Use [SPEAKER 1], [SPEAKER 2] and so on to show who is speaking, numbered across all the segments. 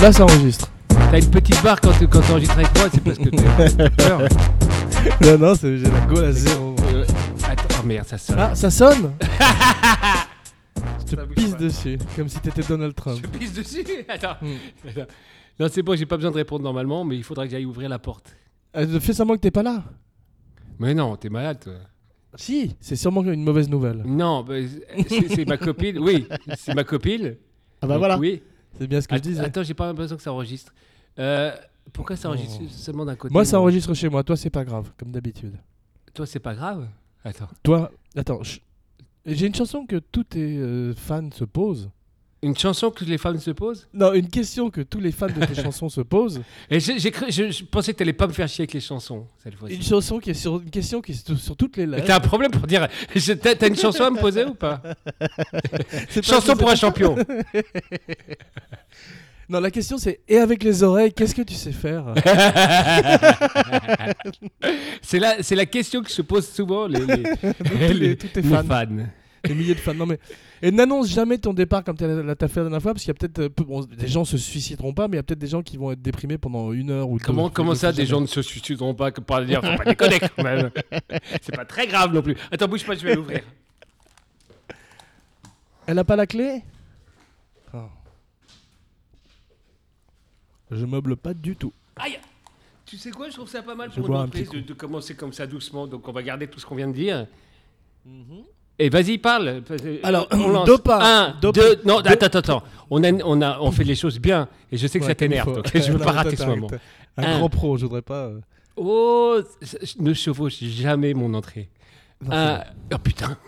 [SPEAKER 1] Là, ça enregistre.
[SPEAKER 2] T'as une petite barre quand tu quand t'enregistres avec moi, c'est parce que t'es peur.
[SPEAKER 1] Non, non, c'est- j'ai la gaule à zéro.
[SPEAKER 2] Euh, Attends, oh merde, ça sonne.
[SPEAKER 1] Ah, ça sonne Je te
[SPEAKER 2] bouge
[SPEAKER 1] pisse
[SPEAKER 2] pas.
[SPEAKER 1] dessus, comme si t'étais Donald
[SPEAKER 2] Je
[SPEAKER 1] Trump.
[SPEAKER 2] pisse dessus. Attends.
[SPEAKER 1] Hmm.
[SPEAKER 2] Attends. Non, c'est bon, j'ai pas besoin de répondre normalement, mais il faudra que j'aille ouvrir la porte.
[SPEAKER 1] Euh, Fais seulement que t'es pas là.
[SPEAKER 2] Mais non, t'es malade, toi.
[SPEAKER 1] Si, c'est sûrement une mauvaise nouvelle.
[SPEAKER 2] Non, bah, c'est c'est ma copine. Oui, c'est ma copine.
[SPEAKER 3] Ah bah
[SPEAKER 2] Donc
[SPEAKER 3] voilà.
[SPEAKER 2] Oui.
[SPEAKER 1] C'est bien ce que je
[SPEAKER 2] Att-
[SPEAKER 1] disais.
[SPEAKER 2] Attends, j'ai pas l'impression que ça enregistre. Euh, pourquoi ça enregistre seulement d'un côté
[SPEAKER 1] Oh. Moi, ça
[SPEAKER 2] non
[SPEAKER 1] enregistre chez moi. Toi, c'est pas grave, comme d'habitude.
[SPEAKER 2] Toi, c'est pas grave Attends.
[SPEAKER 1] Toi, attends. chut. J'ai une chanson que tous tes euh, fans se posent.
[SPEAKER 2] Une chanson que les femmes se posent
[SPEAKER 1] Non, une question que tous les fans de tes chansons se posent.
[SPEAKER 2] Et j'ai- j'ai cru- je, je pensais que t'allais pas me faire chier avec les chansons, cette fois-ci.
[SPEAKER 1] Une chanson qui est sur une question qui est sur, sur toutes les
[SPEAKER 2] Mais
[SPEAKER 1] lèvres.
[SPEAKER 2] T'as un problème pour dire. je- T'as t'as une chanson à me poser ou pas
[SPEAKER 1] C'est pas-
[SPEAKER 2] Chanson pour un champion.
[SPEAKER 1] Non, la question c'est et avec les oreilles, qu'est-ce que tu sais faire euh,
[SPEAKER 2] c'est la, c'est la question que se posent souvent les, les,
[SPEAKER 1] les- tous tes
[SPEAKER 2] les
[SPEAKER 1] fans.
[SPEAKER 2] fans.
[SPEAKER 1] Des milliers de fans. Non mais et n'annonce jamais ton départ comme tu l'as t'as fait la dernière fois parce qu'il y a peut-être euh, peu- bon, des gens se suicideront pas, mais il y a peut-être des gens qui vont être déprimés pendant une heure ou deux.
[SPEAKER 2] Comment,
[SPEAKER 1] Je-
[SPEAKER 2] comment
[SPEAKER 1] je
[SPEAKER 2] ça,
[SPEAKER 1] sais
[SPEAKER 2] des
[SPEAKER 1] jamais.
[SPEAKER 2] gens ne se suicideront pas que par dire, faut pas déconner quand même. C'est pas très grave non plus. Attends, bouge pas, je vais l'ouvrir.
[SPEAKER 1] Elle a pas la clé Oh. Je meuble pas du tout.
[SPEAKER 2] Aïe Tu sais quoi, je trouve ça pas mal
[SPEAKER 1] Je
[SPEAKER 2] pour une
[SPEAKER 1] bois un petit
[SPEAKER 2] reprise de, de commencer comme ça doucement, donc on va garder tout ce qu'on vient de dire.
[SPEAKER 1] Mm-hmm.
[SPEAKER 2] Et vas-y, parle.
[SPEAKER 1] Alors,
[SPEAKER 2] on lance.
[SPEAKER 1] Dopa.
[SPEAKER 2] Un,
[SPEAKER 1] Dopa.
[SPEAKER 2] deux, non, attends, attends, attends. On, a, on, a, on fait les choses bien, et je sais que
[SPEAKER 1] Ouais,
[SPEAKER 2] ça t'énerve,
[SPEAKER 1] comme il
[SPEAKER 2] donc
[SPEAKER 1] faut.
[SPEAKER 2] je veux
[SPEAKER 1] Non,
[SPEAKER 2] pas
[SPEAKER 1] mais
[SPEAKER 2] rater
[SPEAKER 1] toi,
[SPEAKER 2] ce
[SPEAKER 1] t'as-
[SPEAKER 2] moment.
[SPEAKER 1] t'as-
[SPEAKER 2] Un.
[SPEAKER 1] Un grand pro, je voudrais pas. euh,
[SPEAKER 2] Oh, je ne chevauche jamais mon entrée.
[SPEAKER 1] non, c'est
[SPEAKER 2] Un,
[SPEAKER 1] vrai.
[SPEAKER 2] oh putain.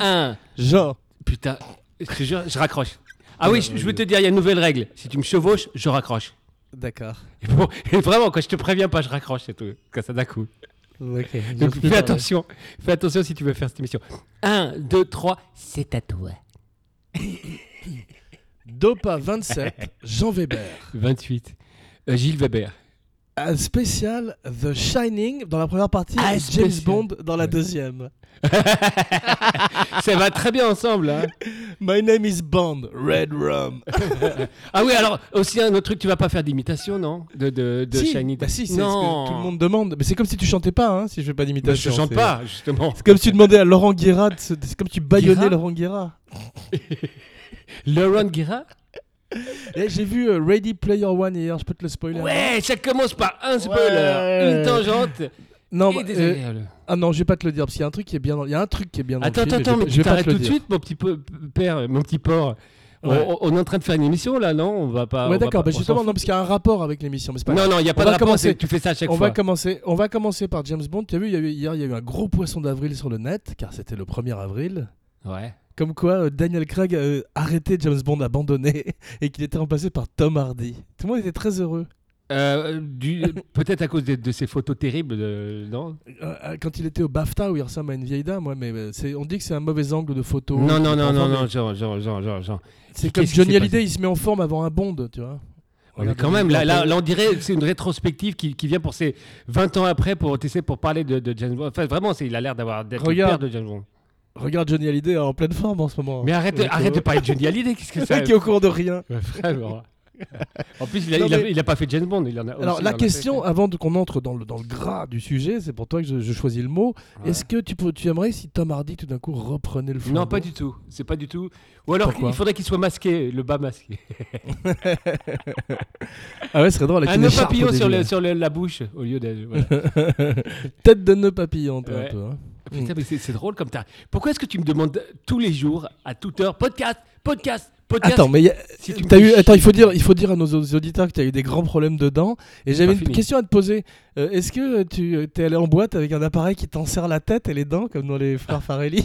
[SPEAKER 2] un,
[SPEAKER 1] Jean,
[SPEAKER 2] putain, je, te jure, je raccroche. Ah oui, je, je veux te dire, il y a une nouvelle règle. Si tu me chevauches, je raccroche.
[SPEAKER 1] d'accord.
[SPEAKER 2] Et, bon, et vraiment, quand je te préviens pas, je raccroche, c'est tout. Quand ça d'un coup.
[SPEAKER 1] Ok. je
[SPEAKER 2] Donc
[SPEAKER 1] suis
[SPEAKER 2] fais
[SPEAKER 1] pas-
[SPEAKER 2] attention, fais attention si tu veux faire cette émission. 1, 2, 3, c'est à toi.
[SPEAKER 1] Dopa 27, Jean Weber.
[SPEAKER 2] 28. Euh, Gilles Weber.
[SPEAKER 1] Un spécial The Shining dans la première partie
[SPEAKER 2] Ah,
[SPEAKER 1] et James
[SPEAKER 2] spécial.
[SPEAKER 1] Bond dans la deuxième.
[SPEAKER 2] ça va très bien ensemble. hein.
[SPEAKER 1] My name is Bond, Red Rum.
[SPEAKER 2] Ah oui, alors aussi un autre truc, tu vas pas faire d'imitation, non De, de, de
[SPEAKER 1] si,
[SPEAKER 2] Shiny-
[SPEAKER 1] bah si, c'est ce
[SPEAKER 2] non.
[SPEAKER 1] que tout le monde demande. Mais c'est comme si tu chantais pas, hein, si je fais pas
[SPEAKER 2] Bah,
[SPEAKER 1] d'imitation.
[SPEAKER 2] je chante
[SPEAKER 1] c'est-
[SPEAKER 2] pas, justement.
[SPEAKER 1] C'est comme si tu demandais à Laurent Guérat, de se- c'est comme si tu baillonnais
[SPEAKER 2] Guérat
[SPEAKER 1] Laurent Guérat.
[SPEAKER 2] Laurent Guerra
[SPEAKER 1] Eh, J'ai vu euh, Ready Player One hier, je peux te le spoiler.
[SPEAKER 2] Ouais, ça commence par un spoiler,
[SPEAKER 3] Ouais.
[SPEAKER 2] une tangente
[SPEAKER 1] non,
[SPEAKER 2] et
[SPEAKER 1] bah, euh,
[SPEAKER 2] désagréable.
[SPEAKER 1] ah non, je vais pas te le dire parce qu'il y a un truc qui est bien dans, il y a un truc qui est bien dans
[SPEAKER 2] attends,
[SPEAKER 1] le
[SPEAKER 2] attends,
[SPEAKER 1] film,
[SPEAKER 2] attends,
[SPEAKER 1] et
[SPEAKER 2] mais
[SPEAKER 1] je vais
[SPEAKER 2] tu
[SPEAKER 1] pas- je vais
[SPEAKER 2] t'arrêtes
[SPEAKER 1] pas te le
[SPEAKER 2] tout de
[SPEAKER 1] dire.
[SPEAKER 2] suite, mon petit peu- père, mon petit porc. On-
[SPEAKER 1] Ouais.
[SPEAKER 2] On, on est en train de faire une émission là, non On va pas. Ah, on
[SPEAKER 1] Ouais,
[SPEAKER 2] va
[SPEAKER 1] d'accord,
[SPEAKER 2] pas-
[SPEAKER 1] bah
[SPEAKER 2] on s'en
[SPEAKER 1] justement,
[SPEAKER 2] fout.
[SPEAKER 1] non, parce qu'il y a un rapport avec l'émission, mais c'est pas grave.
[SPEAKER 2] Non, non, il n'y a pas
[SPEAKER 1] On
[SPEAKER 2] de
[SPEAKER 1] va
[SPEAKER 2] rapport,
[SPEAKER 1] commencer.
[SPEAKER 2] c'est- tu fais ça à chaque
[SPEAKER 1] On
[SPEAKER 2] fois.
[SPEAKER 1] va, commencer, on va commencer par James Bond. Tu as vu, il y a eu- hier, il y a eu un gros poisson d'avril sur le net, car c'était le 1er avril.
[SPEAKER 2] Ouais.
[SPEAKER 1] Comme quoi, euh, Daniel Craig a euh, arrêté James Bond abandonné et qu'il était remplacé par Tom Hardy. Tout le monde était très heureux.
[SPEAKER 2] Euh, du- Peut-être à cause de, de ces photos terribles, euh, non
[SPEAKER 1] Euh, euh, Quand il était au BAFTA, où il ressemble à une vieille dame, ouais, mais euh, c'est- on dit que c'est un mauvais angle de photo.
[SPEAKER 2] Non, non, non,
[SPEAKER 1] Enfin,
[SPEAKER 2] non,
[SPEAKER 1] mais
[SPEAKER 2] non, genre, genre, genre, genre, genre.
[SPEAKER 1] C'est
[SPEAKER 2] Qu'est-ce
[SPEAKER 1] comme
[SPEAKER 2] qui s'est
[SPEAKER 1] Johnny
[SPEAKER 2] passé
[SPEAKER 1] Hallyday, il se met en forme avant un Bond, tu vois.
[SPEAKER 2] Ouais, mais
[SPEAKER 1] Regarde,
[SPEAKER 2] quand même,
[SPEAKER 1] il est
[SPEAKER 2] là, là,
[SPEAKER 1] en-
[SPEAKER 2] là, on dirait que c'est une rétrospective qui, qui vient pour ces 20 ans après pour, tu sais, pour parler de, de James Bond. Enfin, vraiment, c'est- il a l'air d'avoir d'être le père
[SPEAKER 1] Regarde.
[SPEAKER 2] de James Bond.
[SPEAKER 1] Regarde Johnny Hallyday en pleine forme en ce moment.
[SPEAKER 2] Mais arrête,
[SPEAKER 1] Ouais,
[SPEAKER 2] arrête
[SPEAKER 1] qui-
[SPEAKER 2] de parler de Johnny Hallyday, qu'est-ce que
[SPEAKER 1] qui
[SPEAKER 2] c'est
[SPEAKER 1] est au courant de rien.
[SPEAKER 2] Vraiment. En plus, il a,
[SPEAKER 1] Non,
[SPEAKER 2] il a-
[SPEAKER 1] mais-
[SPEAKER 2] il a pas fait James Bond. Il en a
[SPEAKER 1] Alors
[SPEAKER 2] Ah, aussi, il
[SPEAKER 1] la
[SPEAKER 2] en a
[SPEAKER 1] question, avant de- qu'on entre dans le, dans le gras du sujet, c'est pour toi que je, je choisis le mot.
[SPEAKER 2] fait. Ouais.
[SPEAKER 1] Est-ce que tu, peux- tu aimerais si Tom Hardy tout d'un coup reprenait le flambeau
[SPEAKER 2] Non, pas du tout. C'est pas du tout. Ou alors,
[SPEAKER 1] Pourquoi
[SPEAKER 2] il faudrait qu'il soit masqué, le bas masqué.
[SPEAKER 1] Ah ouais, ce serait drôle avec
[SPEAKER 2] Un
[SPEAKER 1] une
[SPEAKER 2] nœud
[SPEAKER 1] écharpe
[SPEAKER 2] papillon
[SPEAKER 1] au
[SPEAKER 2] sur, le,
[SPEAKER 1] début. hein.
[SPEAKER 2] sur le- la bouche au lieu d'elle. voilà.
[SPEAKER 1] Tête de nœud papillon, toi,
[SPEAKER 2] Ouais.
[SPEAKER 1] un peu. hein.
[SPEAKER 2] Putain, mais c'est c'est drôle comme t'as. Pourquoi est-ce que tu me demandes tous les jours, à toute heure, podcast, podcast, podcast
[SPEAKER 1] Attends, mais y a-
[SPEAKER 2] si tu me
[SPEAKER 1] t'as
[SPEAKER 2] fais
[SPEAKER 1] eu...
[SPEAKER 2] chier.
[SPEAKER 1] Attends, il faut dire, il faut dire à nos aux auditeurs que tu as eu des grands problèmes dedans. Et j'avais
[SPEAKER 2] pas
[SPEAKER 1] une
[SPEAKER 2] fini.
[SPEAKER 1] question à te poser. Euh, Est-ce que tu euh, t'es allé en boîte avec un appareil qui t'en serre la tête et les dents, comme dans les frères Farelli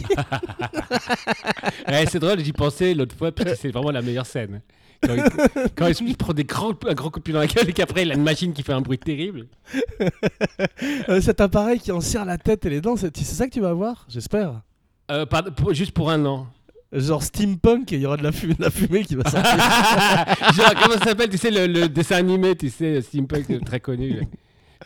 [SPEAKER 2] Ouais, Eh, c'est drôle, j'y pensais l'autre fois, parce que c'est vraiment la meilleure scène. Quand il, quand il se- il prend des grands, un grand coup de pied dans la gueule et qu'après il a une machine qui fait un bruit terrible.
[SPEAKER 1] Euh, Cet appareil qui en serre la tête et les dents, c'est c'est ça que tu vas avoir, j'espère.
[SPEAKER 2] Euh, pardon, pour- juste pour un an.
[SPEAKER 1] Genre steampunk, et il y aura de la fumée, de la fumée qui va sortir.
[SPEAKER 2] Genre, comment ça s'appelle Tu sais, le, le dessin animé, tu sais, Steampunk, très connu.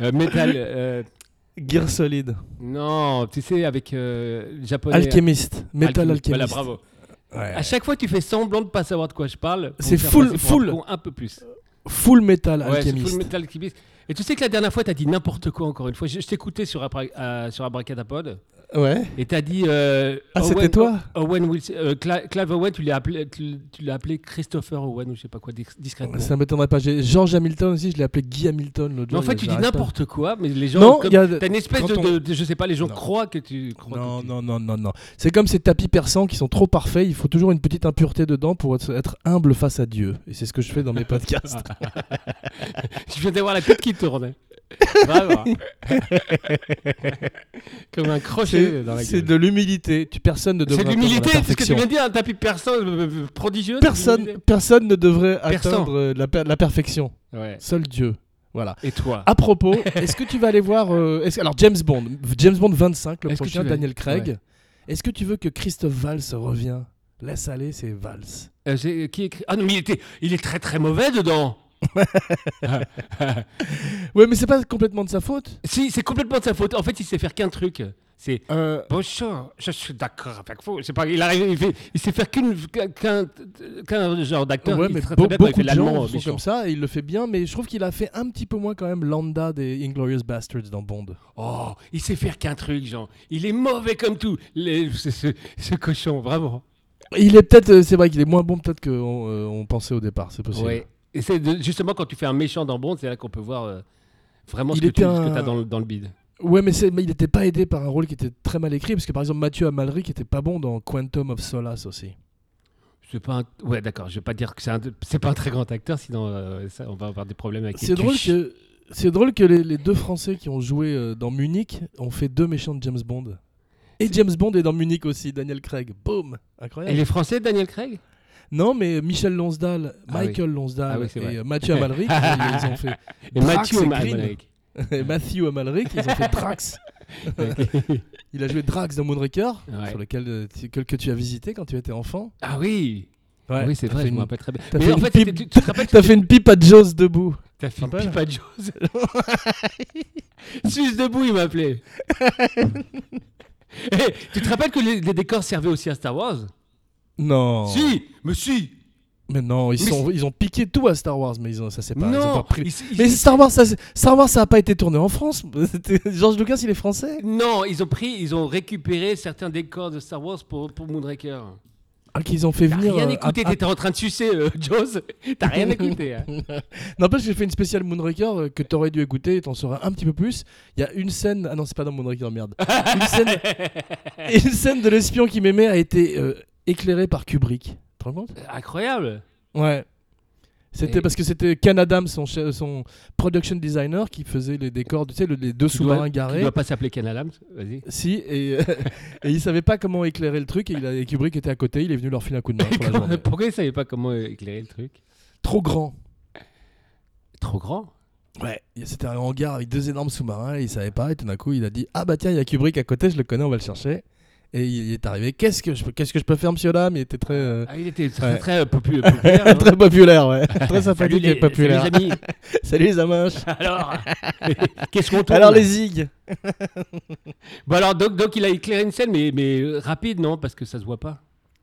[SPEAKER 2] Euh, Metal. euh,
[SPEAKER 1] Gear Solid.
[SPEAKER 2] non, tu sais, avec euh, le japonais.
[SPEAKER 1] Alchemist. Metal Alchemist.
[SPEAKER 2] Voilà, bravo. Ah,
[SPEAKER 1] Ouais.
[SPEAKER 2] À chaque fois, tu fais semblant de pas savoir de quoi je parle. pour
[SPEAKER 1] C'est
[SPEAKER 2] me faire
[SPEAKER 1] full-
[SPEAKER 2] passer pour un
[SPEAKER 1] full.
[SPEAKER 2] con Un peu plus.
[SPEAKER 1] Full Metal
[SPEAKER 2] Ouais, c'est
[SPEAKER 1] Alchemist.
[SPEAKER 2] Full Metal Alchemist. Et tu sais que la dernière fois, t'as dit n'importe quoi encore une fois. Je, je t'écoutais sur, Abra- euh, sur Abracadapod
[SPEAKER 1] Ouais.
[SPEAKER 2] et t'as dit. euh,
[SPEAKER 1] Ah, c'était
[SPEAKER 2] Owen-
[SPEAKER 1] toi
[SPEAKER 2] Owen Wilson, euh, Cla- Clive Owen, tu l'as appelé, tu, tu l'as appelé Christopher Owen ou je sais pas quoi, dis- discrètement.
[SPEAKER 1] Ça m'étonnerait pas. J'ai- George Hamilton aussi, je l'ai appelé Guy Hamilton l'autre
[SPEAKER 2] Mais en
[SPEAKER 1] jour,
[SPEAKER 2] fait, tu dis
[SPEAKER 1] j'arrête pas.
[SPEAKER 2] n'importe quoi, mais les gens.
[SPEAKER 1] Non,
[SPEAKER 2] comme-
[SPEAKER 1] il y a-
[SPEAKER 2] T'as une espèce
[SPEAKER 1] quand
[SPEAKER 2] de,
[SPEAKER 1] on-
[SPEAKER 2] de- de- Je sais pas, les gens
[SPEAKER 1] Non.
[SPEAKER 2] croient que tu. croient
[SPEAKER 1] Non,
[SPEAKER 2] que tu-
[SPEAKER 1] non, non, non, non. C'est comme ces tapis persans qui sont trop parfaits, il faut toujours une petite impureté dedans pour être- être humble face à Dieu. Et c'est ce que je fais dans mes podcasts.
[SPEAKER 2] Ah, Je viens d'avoir la tête qui tourne. Vraiment. Comme un crochet
[SPEAKER 1] C'est
[SPEAKER 2] dans la
[SPEAKER 1] c'est
[SPEAKER 2] gueule.
[SPEAKER 1] de l'humilité. Tu personne ne devrait
[SPEAKER 2] C'est de
[SPEAKER 1] atteindre la
[SPEAKER 2] l'humilité, c'est ce que tu
[SPEAKER 1] perfection.
[SPEAKER 2] viens de dire, un tapis personne euh, euh, prodigieux. c'est de
[SPEAKER 1] Personne,
[SPEAKER 2] l'humilité.
[SPEAKER 1] personne ne devrait
[SPEAKER 2] Persan.
[SPEAKER 1] atteindre euh, la, per- la perfection.
[SPEAKER 2] Ouais.
[SPEAKER 1] Seul Dieu. Voilà.
[SPEAKER 2] Et toi
[SPEAKER 1] À propos, est-ce que tu vas aller voir euh, est-ce- alors James Bond, James Bond 25, le
[SPEAKER 2] Est-ce que
[SPEAKER 1] prochain,
[SPEAKER 2] tu vas-
[SPEAKER 1] Daniel Craig. Est-ce que tu veux que Christophe Valls revient Laisse aller, c'est Valls.
[SPEAKER 2] Euh, j'ai- qui écrit Ah non, mais il, était... il est très très mauvais dedans.
[SPEAKER 1] Ouais, mais c'est pas complètement de sa faute.
[SPEAKER 2] si, c'est complètement de sa faute. En fait, il sait faire qu'un truc. C'est bonjour, je suis d'accord avec vous. C'est pas, il arrive, il, fait- il sait faire qu'une- qu'un qu'un genre d'acteur.
[SPEAKER 1] Ouais,
[SPEAKER 2] il
[SPEAKER 1] mais
[SPEAKER 2] est très,
[SPEAKER 1] be-
[SPEAKER 2] très bien quand il
[SPEAKER 1] beaucoup
[SPEAKER 2] fait
[SPEAKER 1] de
[SPEAKER 2] l'allemand,
[SPEAKER 1] gens sont
[SPEAKER 2] méchant.
[SPEAKER 1] comme ça et il le fait bien, mais je trouve qu'il a fait un petit peu moins quand même lambda des Inglorious Bastards dans Bond.
[SPEAKER 2] Oh, il sait faire qu'un truc, Jean. Il est mauvais comme tout. Les- ce, ce- ce cochon, vraiment.
[SPEAKER 1] Il est peut-être, euh, c'est vrai qu'il est moins bon peut-être qu'on euh, on pensait au départ, c'est possible.
[SPEAKER 2] Ouais. Et c'est de- justement quand tu fais un méchant dans Bond, c'est là qu'on peut voir euh, vraiment
[SPEAKER 1] Il
[SPEAKER 2] ce que tu
[SPEAKER 1] était
[SPEAKER 2] ce que
[SPEAKER 1] un-
[SPEAKER 2] t'as dans, le- dans le bide.
[SPEAKER 1] Ouais, mais, c'est- mais il n'était pas aidé par un rôle qui était très mal écrit, parce que par exemple Mathieu Amalric était pas bon dans Quantum of Solace aussi.
[SPEAKER 2] C'est pas un- Ouais, d'accord, je vais pas dire que c'est un... c'est pas un très grand acteur, sinon euh, ça, on va avoir des problèmes avec les
[SPEAKER 1] C'est drôle
[SPEAKER 2] cuches.
[SPEAKER 1] que c'est drôle que les, les deux Français qui ont joué euh, dans Munich ont fait deux méchants de James Bond. Et James Bond est dans Munich aussi, Daniel Craig. Boum,
[SPEAKER 2] Et
[SPEAKER 1] incroyable.
[SPEAKER 2] les Français, Daniel Craig
[SPEAKER 1] Non, mais Michel Lonsdal,
[SPEAKER 2] Ah
[SPEAKER 1] Michael Lonsdal
[SPEAKER 2] Ah oui, c'est vrai.
[SPEAKER 1] et euh, Mathieu Amalric, ils, ils ont fait
[SPEAKER 2] Et
[SPEAKER 1] Drax
[SPEAKER 2] Mathieu
[SPEAKER 1] et
[SPEAKER 2] Amalric.
[SPEAKER 1] Green. Et Matthew Amalric, ils ont fait Drax. Il a joué Drax dans Moonraker,
[SPEAKER 2] Ouais.
[SPEAKER 1] sur lequel euh, tu- que, que tu as visité quand tu étais enfant.
[SPEAKER 2] Ah oui
[SPEAKER 1] Ouais,
[SPEAKER 2] Ah Oui, c'est
[SPEAKER 1] t'as
[SPEAKER 2] vrai,
[SPEAKER 1] fait
[SPEAKER 2] je me
[SPEAKER 1] une-
[SPEAKER 2] rappelle très bien.
[SPEAKER 1] t'as
[SPEAKER 2] Mais
[SPEAKER 1] fait
[SPEAKER 2] en
[SPEAKER 1] une
[SPEAKER 2] fait, c'était-
[SPEAKER 1] pipe-
[SPEAKER 2] tu tu te rappelles
[SPEAKER 1] T'as fait une pipe à Jaws debout.
[SPEAKER 2] T'as fait une
[SPEAKER 1] Rappelle.
[SPEAKER 2] pipe à Jaws. Suisse debout, il m'appelait. Eh, tu te rappelles que les, les décors servaient aussi à Star Wars
[SPEAKER 1] Non.
[SPEAKER 2] Si, mais si.
[SPEAKER 1] Mais non, ils,
[SPEAKER 2] Mais
[SPEAKER 1] sont, ils ont piqué tout à Star Wars, mais ils ont, ça s'est pas, ils ont
[SPEAKER 2] non,
[SPEAKER 1] pas pris.
[SPEAKER 2] ils- ils-
[SPEAKER 1] Mais Star Wars, ça, Star Wars, ça a pas été tourné en France. C'était- George Lucas, il est français.
[SPEAKER 2] non, ils ont pris, ils ont récupéré certains décors de Star Wars pour, pour Moonraker.
[SPEAKER 1] Ah, qu'ils ont fait
[SPEAKER 2] T'as
[SPEAKER 1] venir.
[SPEAKER 2] rien
[SPEAKER 1] euh,
[SPEAKER 2] écouté,
[SPEAKER 1] à- à-
[SPEAKER 2] t'étais en train de sucer euh, Jaws. T'as rien écouté. hein.
[SPEAKER 1] N'empêche, j'ai fait une spéciale Moonraker euh, que t'aurais dû écouter et t'en sauras un petit peu plus. Il y a une scène. Ah non, c'est pas dans Moonraker, merde. Une scène, une scène de l'espion qui m'aimait a été euh, éclairée par Kubrick. Tu te rends compte
[SPEAKER 2] Incroyable.
[SPEAKER 1] Ouais. C'était
[SPEAKER 2] Et-
[SPEAKER 1] parce que c'était Can Adams, son, che- son production designer, qui faisait les décors, tu sais, le- les deux
[SPEAKER 2] Tu dois,
[SPEAKER 1] sous-marins
[SPEAKER 2] tu
[SPEAKER 1] garés.
[SPEAKER 2] dois pas s'appeler Canal Ames, vas-y.
[SPEAKER 1] Si, et, euh, et il savait pas comment éclairer le truc, et, il a, et Kubrick était à côté, il est venu leur filer un coup de main. pour la journée.
[SPEAKER 2] Pourquoi ils savaient pas comment euh, éclairer le truc
[SPEAKER 1] Trop grand.
[SPEAKER 2] Trop grand.
[SPEAKER 1] Ouais, et c'était un hangar avec deux énormes sous-marins, et il savait pas, et tout d'un coup, il a dit Ah bah tiens, il y a Kubrick à côté, je le connais, on va le chercher. Et il est arrivé Qu'est-ce que je peux, qu'est-ce que je peux faire, monsieur là Mais il était très, euh,
[SPEAKER 2] Ah, il était très
[SPEAKER 1] Ouais.
[SPEAKER 2] très euh, popu- populaire. hein.
[SPEAKER 1] très populaire, ouais. très
[SPEAKER 2] Salut
[SPEAKER 1] sympathique
[SPEAKER 2] les,
[SPEAKER 1] et populaire.
[SPEAKER 2] salut les amis.
[SPEAKER 1] Salut les amoches.
[SPEAKER 2] Alors, qu'est-ce qu'on tourne
[SPEAKER 1] Alors les zigs.
[SPEAKER 2] Bon alors, donc, donc il a éclairé une scène, mais, mais euh, rapide, non Parce que ça se voit pas.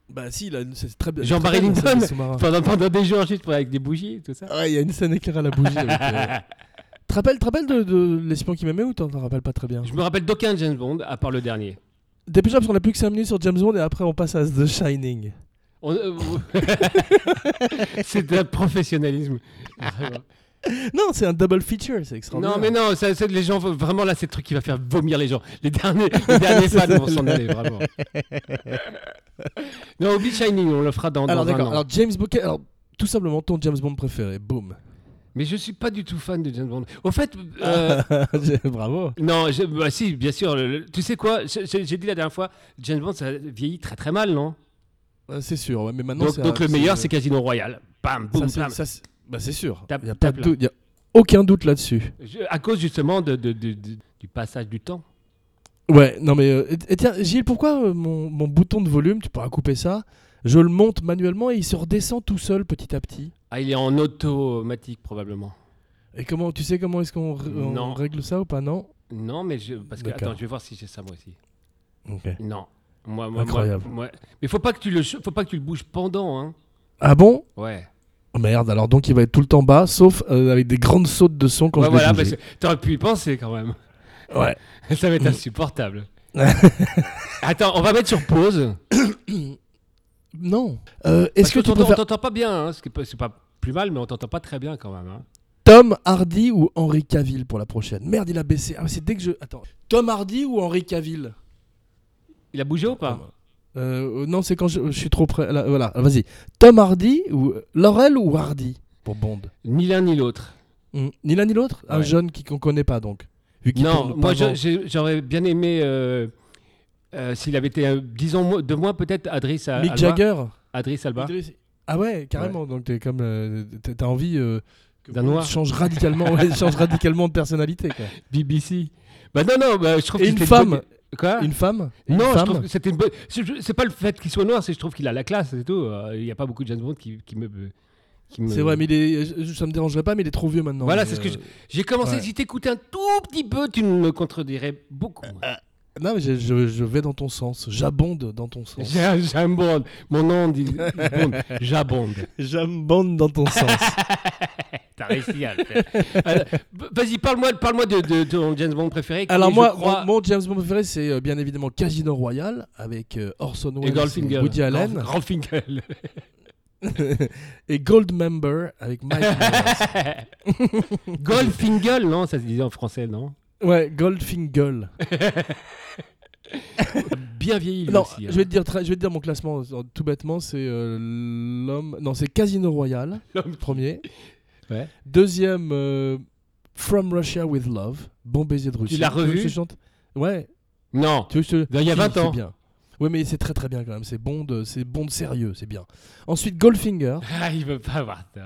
[SPEAKER 1] Bah si, là, c'est très bien.
[SPEAKER 2] Jean
[SPEAKER 1] très bien,
[SPEAKER 2] Barry
[SPEAKER 1] ça,
[SPEAKER 2] Lyndon.
[SPEAKER 1] le sous-marin.
[SPEAKER 2] Pendant, pendant des jours juste pour- avec des bougies et tout ça.
[SPEAKER 1] Ouais, il y a une scène éclairée à la bougie. avec, euh, Te rappelles, te rappelles de, de l'espion qui m'aimait ou t'en t'en rappelles pas très bien
[SPEAKER 2] Je me rappelle d'aucun James Bond, à part le dernier.
[SPEAKER 1] Dépêche-toi parce qu'on a plus que 5 minutes sur James Bond et après on passe à The Shining.
[SPEAKER 2] On- euh, c'est un professionnalisme. Vraiment.
[SPEAKER 1] Non, c'est un double feature, c'est extraordinaire.
[SPEAKER 2] non, mais non, ça, c'est- les gens, vont- vraiment là, c'est le truc qui va faire vomir les gens. Les derniers, les derniers
[SPEAKER 1] C'est
[SPEAKER 2] fans
[SPEAKER 1] ça,
[SPEAKER 2] vont s'en aller, vraiment. non, oublie Shining, on le fera dans,
[SPEAKER 1] Alors
[SPEAKER 2] dans un
[SPEAKER 1] d'accord,
[SPEAKER 2] an.
[SPEAKER 1] alors James Bond, quel- alors tout simplement ton James Bond préféré, boum.
[SPEAKER 2] Mais je suis pas du tout fan de James Bond. Au fait, euh,
[SPEAKER 1] Bravo.
[SPEAKER 2] Non, je- bah si, bien sûr. le- le- tu sais quoi je- je- J'ai dit la dernière fois, James Bond, ça vieillit très très mal, non
[SPEAKER 1] Euh, C'est sûr, ouais, mais maintenant
[SPEAKER 2] Donc,
[SPEAKER 1] c'est
[SPEAKER 2] donc
[SPEAKER 1] un-
[SPEAKER 2] le meilleur, c'est Casino Royale. Bam, boum,
[SPEAKER 1] ça, c'est-
[SPEAKER 2] bam.
[SPEAKER 1] ça, c'est- bah, c'est sûr.
[SPEAKER 2] Tape-
[SPEAKER 1] Il y a pas
[SPEAKER 2] tape
[SPEAKER 1] de
[SPEAKER 2] là.
[SPEAKER 1] doute, il y a aucun doute là-dessus.
[SPEAKER 2] Je- à cause justement de, de- de- de- du passage du temps.
[SPEAKER 1] Ouais, non mais euh, et- et tiens Gilles, pourquoi euh, mon, mon bouton de volume, tu pourras couper ça Je le monte manuellement et il se redescend tout seul petit à petit.
[SPEAKER 2] Ah, il est en automatique probablement.
[SPEAKER 1] Et comment tu sais comment est-ce qu'on r- on
[SPEAKER 2] Non.
[SPEAKER 1] règle ça ou pas non
[SPEAKER 2] Non, mais je, parce que
[SPEAKER 1] D'accord.
[SPEAKER 2] attends, je vais voir si j'ai ça moi aussi.
[SPEAKER 1] Ok.
[SPEAKER 2] Non. Moi, moi,
[SPEAKER 1] Incroyable.
[SPEAKER 2] moi- moi- Mais faut pas que tu le, faut pas que tu le bouges pendant, hein.
[SPEAKER 1] Ah bon
[SPEAKER 2] Ouais.
[SPEAKER 1] Oh merde, alors donc il va être tout le temps bas, sauf euh, avec des grandes sautes de son quand
[SPEAKER 2] Ouais,
[SPEAKER 1] je vais
[SPEAKER 2] voilà,
[SPEAKER 1] bouger.
[SPEAKER 2] parce que t'aurais pu y penser quand même.
[SPEAKER 1] Ouais.
[SPEAKER 2] Ça va
[SPEAKER 1] Mm.
[SPEAKER 2] être insupportable. Attends, on va mettre sur pause.
[SPEAKER 1] Non. Euh, Est-ce
[SPEAKER 2] Parce
[SPEAKER 1] que tu
[SPEAKER 2] t'entends-
[SPEAKER 1] préfères
[SPEAKER 2] on t'entend pas bien hein, ce qui est pas- C'est pas plus mal, mais on t'entend pas très bien quand même. hein.
[SPEAKER 1] Tom Hardy ou Henry Cavill pour la prochaine Merde, il a baissé. Ah, c'est dès que je. Attends. Tom Hardy ou Henry Cavill
[SPEAKER 2] Il a bougé ou
[SPEAKER 1] Ah,
[SPEAKER 2] pas
[SPEAKER 1] Euh, euh, Non, c'est quand je, je suis trop près. Là, voilà, Ah, vas-y. Tom Hardy ou. euh, Laurel ou Hardy Pour Bond.
[SPEAKER 2] Ni l'un ni l'autre.
[SPEAKER 1] Hmm. Ni l'un ni l'autre Un
[SPEAKER 2] Ouais.
[SPEAKER 1] jeune qui- qu'on connaît pas donc. Vu qu'il tourne
[SPEAKER 2] Non,
[SPEAKER 1] pas
[SPEAKER 2] moi je-
[SPEAKER 1] avant.
[SPEAKER 2] j'ai- j'aurais bien aimé euh, euh, s'il avait été, euh, disons, mo- de moins peut-être Adris à-
[SPEAKER 1] Mick
[SPEAKER 2] Alba.
[SPEAKER 1] Jagger
[SPEAKER 2] Adris Alba.
[SPEAKER 1] Idris- Ah ouais, carrément. Donc t'es comme. euh, t'as- T'as envie. euh, que
[SPEAKER 2] D'un
[SPEAKER 1] Bond
[SPEAKER 2] noir.
[SPEAKER 1] Change radicalement, ouais, change radicalement de personnalité. quoi.
[SPEAKER 2] BBC. Bah non, non, bah, je trouve
[SPEAKER 1] Et
[SPEAKER 2] que
[SPEAKER 1] une
[SPEAKER 2] c'était
[SPEAKER 1] femme.
[SPEAKER 2] bonne- Quoi
[SPEAKER 1] Une femme Une
[SPEAKER 2] Non, je
[SPEAKER 1] femme
[SPEAKER 2] trouve que c'était une bonne. C'est c'est pas le fait qu'il soit noir, c'est je trouve qu'il a la classe, c'est tout. Euh, Il n'y a pas beaucoup de James Bond qui, qui me. qui me-
[SPEAKER 1] C'est vrai, mais il est- je- ça me dérangerait pas, mais il est trop vieux maintenant.
[SPEAKER 2] Voilà,
[SPEAKER 1] Mais,
[SPEAKER 2] c'est ce que
[SPEAKER 1] euh,
[SPEAKER 2] je- J'ai commencé,
[SPEAKER 1] Ouais.
[SPEAKER 2] si t'écoutais un tout petit peu, tu me contredirais beaucoup. hein,
[SPEAKER 1] Euh, Non, mais je, je- je vais dans ton sens. J'abonde dans ton sens.
[SPEAKER 2] J'ai- J'aime Bond. Mon nom dit Bond. J'abonde.
[SPEAKER 1] J'abonde dans ton sens.
[SPEAKER 2] T'as réussi à le faire. Alors, b- Vas-y, parle-moi parle de, de ton James Bond préféré. qui,
[SPEAKER 1] Alors,
[SPEAKER 2] je
[SPEAKER 1] moi,
[SPEAKER 2] crois,
[SPEAKER 1] mon, mon James Bond préféré, c'est euh, bien évidemment Casino Royale avec euh, Orson
[SPEAKER 2] et
[SPEAKER 1] Welles et
[SPEAKER 2] Goldfinger.
[SPEAKER 1] Woody Allen Ah,
[SPEAKER 2] Grand- Goldfinger.
[SPEAKER 1] et Goldmember avec Mike Myers.
[SPEAKER 2] Goldfinger, non, ça se disait en français, non
[SPEAKER 1] Ouais, Goldfinger.
[SPEAKER 2] Bien vieilli, lui
[SPEAKER 1] Non,
[SPEAKER 2] aussi.
[SPEAKER 1] je
[SPEAKER 2] hein.
[SPEAKER 1] vais, te dire très- je vais te dire mon classement euh, tout bêtement c'est euh, l'homme. Non, c'est Casino Royale,
[SPEAKER 2] L'homme-
[SPEAKER 1] premier.
[SPEAKER 2] Ouais.
[SPEAKER 1] Deuxième, euh, From Russia with Love. Bon baiser de Russie.
[SPEAKER 2] l'as
[SPEAKER 1] Tu veux que
[SPEAKER 2] revu
[SPEAKER 1] je te chante Ouais,
[SPEAKER 2] Non.
[SPEAKER 1] Tu veux que je te-
[SPEAKER 2] Ben, il y a
[SPEAKER 1] Si,
[SPEAKER 2] 20 ans.
[SPEAKER 1] C'est bien. Oui, mais c'est très très bien quand même. C'est Bond, euh, c'est Bond sérieux, c'est bien. Ensuite, Goldfinger.
[SPEAKER 2] Ah, il veut pas Euh, avoir tort.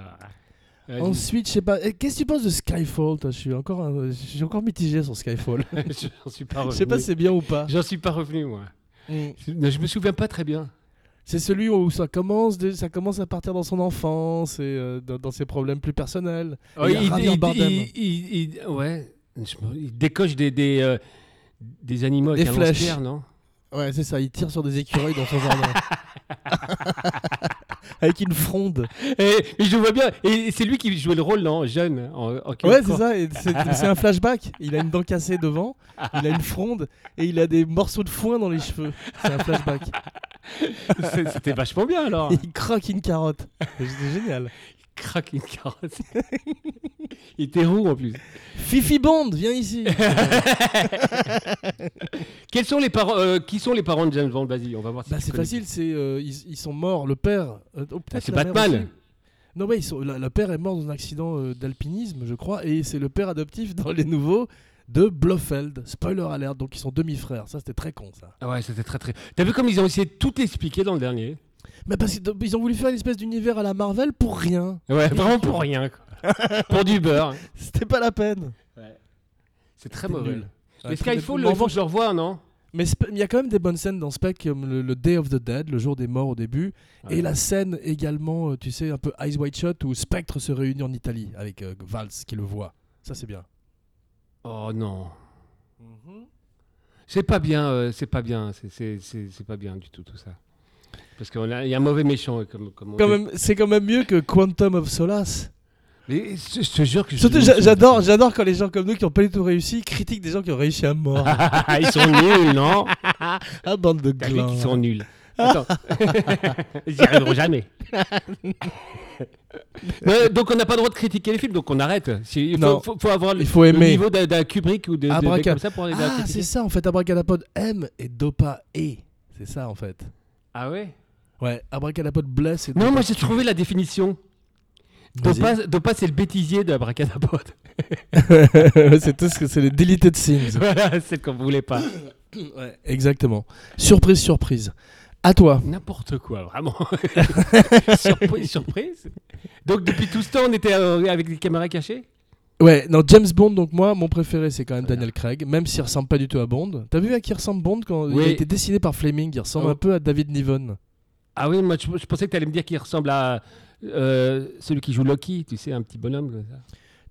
[SPEAKER 2] Vas-y.
[SPEAKER 1] Ensuite, je sais pas. eh, Qu'est-ce que tu penses de Skyfall toi Je suis encore, un- je suis encore mitigé sur Skyfall.
[SPEAKER 2] J'en suis pas
[SPEAKER 1] je
[SPEAKER 2] revenu.
[SPEAKER 1] sais pas si c'est bien ou pas.
[SPEAKER 2] J'en suis pas revenu, moi.
[SPEAKER 1] Mm.
[SPEAKER 2] Je- non, je me souviens pas très bien.
[SPEAKER 1] C'est celui où ça commence, de- ça commence à partir dans son enfance et euh, dans, dans ses problèmes plus personnels.
[SPEAKER 2] Oh,
[SPEAKER 1] il y a Javier Bardem.
[SPEAKER 2] il- il- il- ouais, je me- il décoche des, des, euh, des animaux
[SPEAKER 1] Des
[SPEAKER 2] avec un
[SPEAKER 1] flèches.
[SPEAKER 2] lance-pierre, non
[SPEAKER 1] Ouais, c'est ça. Il tire sur des écureuils dans son jardin. Avec une fronde.
[SPEAKER 2] Et, Eh, Mais je vois bien, et c'est lui qui jouait le rôle en jeune. En, en quelque
[SPEAKER 1] Ouais, c'est
[SPEAKER 2] sorte.
[SPEAKER 1] ça. et C'est c'est un flashback. Il a une dent cassée devant, il a une fronde et il a des morceaux de foin dans les cheveux. C'est un flashback.
[SPEAKER 2] C'est- C'était vachement bien alors.
[SPEAKER 1] Et il croque une carotte. C'est génial.
[SPEAKER 2] Il craque une carotte. il était roux en plus.
[SPEAKER 1] Fifi Bond, viens ici.
[SPEAKER 2] Quels sont les parents euh, Qui sont les parents de James Bond Vas-y, on va voir si
[SPEAKER 1] bah,
[SPEAKER 2] tu
[SPEAKER 1] c'est
[SPEAKER 2] connais.
[SPEAKER 1] facile. C'est euh, ils, ils sont morts. Le père. euh, oh, peut-être
[SPEAKER 2] Ah, c'est
[SPEAKER 1] la mère
[SPEAKER 2] Batman.
[SPEAKER 1] aussi. Non, mais ils sont, la- le père est mort dans un accident euh, d'alpinisme, je crois, et c'est le père adoptif dans les nouveaux de Blofeld. Spoiler alert, donc ils sont demi-frères. Ça, c'était très con, ça.
[SPEAKER 2] Ah Ouais, c'était très très. T'as vu comme ils ont essayé de tout expliquer dans le dernier
[SPEAKER 1] Mais parce qu'ils ont voulu faire une espèce d'univers à la Marvel pour rien.
[SPEAKER 2] Ouais, vraiment pour rien. quoi. pour du beurre.
[SPEAKER 1] C'était pas la peine.
[SPEAKER 2] C'est très
[SPEAKER 1] C'était
[SPEAKER 2] mauvais.
[SPEAKER 1] nul.
[SPEAKER 2] Mais
[SPEAKER 1] Ouais,
[SPEAKER 2] Skyfall,
[SPEAKER 1] complètement.
[SPEAKER 2] le faut que je le revois, non
[SPEAKER 1] Mais Spe- il y a quand même des bonnes scènes dans Spec, comme le, le Day of the Dead, le jour des morts au début,
[SPEAKER 2] Ouais.
[SPEAKER 1] et la scène également, euh, tu sais, un peu Eyes Wide Shut, où Spectre se réunit en Italie avec euh, Valls qui le voit. Ça, c'est bien.
[SPEAKER 2] Oh non. Mhm. C'est pas bien, euh, c'est pas bien, c'est- c'est c'est- c'est pas bien du tout tout ça. Parce qu'il y a un mauvais méchant. euh, Comme, comme on
[SPEAKER 1] Quand
[SPEAKER 2] dit.
[SPEAKER 1] même, c'est quand même mieux que Quantum of Solace.
[SPEAKER 2] Mais je, je te jure que je-
[SPEAKER 1] Surtout, j'a- j'adore, j'adore quand les gens comme nous qui n'ont pas du tout réussi critiquent des gens qui ont réussi à mort.
[SPEAKER 2] Ah. Ils sont nuls, non
[SPEAKER 1] ah, bande de
[SPEAKER 2] T'as vu
[SPEAKER 1] glands.
[SPEAKER 2] qu'ils sont nuls. Attends. Ils n'y arriveront jamais. Mais, donc on n'a pas le droit de critiquer les films, donc on arrête. Si- Il faut,
[SPEAKER 1] Non.
[SPEAKER 2] faut- faut avoir le,
[SPEAKER 1] Il faut
[SPEAKER 2] le
[SPEAKER 1] aimer.
[SPEAKER 2] niveau d'un d'un Kubrick ou de, de- de-
[SPEAKER 1] Abracad-
[SPEAKER 2] comme ça pour aller
[SPEAKER 1] Ah, c'est ça en fait. Abracadapod M et Dopa E. C'est ça en fait.
[SPEAKER 2] Ah ouais
[SPEAKER 1] Ouais, Abracadapod blesse et
[SPEAKER 2] Non,
[SPEAKER 1] Dopa-
[SPEAKER 2] moi j'ai trouvé la définition.
[SPEAKER 1] Vas-y.
[SPEAKER 2] Dopa, Dopa, c'est le bêtisier de Abracadabra.
[SPEAKER 1] c'est tout ce que c'est les deleted scenes.
[SPEAKER 2] voilà, celle qu'on voulait pas.
[SPEAKER 1] Ouais, exactement. Surprise, surprise. À toi.
[SPEAKER 2] N'importe quoi, vraiment. surprise, surprise. Donc depuis tout ce temps, on était euh, avec des caméras cachées
[SPEAKER 1] Ouais, non, James Bond, donc moi, mon préféré, c'est quand même Daniel Craig, même s'il ressemble pas du tout à Bond. T'as vu à qui ressemble Bond quand il
[SPEAKER 2] Oui.
[SPEAKER 1] a été dessiné par Fleming Il ressemble
[SPEAKER 2] Oh.
[SPEAKER 1] un peu à David Niven.
[SPEAKER 2] Ah oui, moi je, je pensais que tu allais me dire qu'il ressemble à euh, celui qui joue Loki, tu sais, un petit bonhomme comme ça.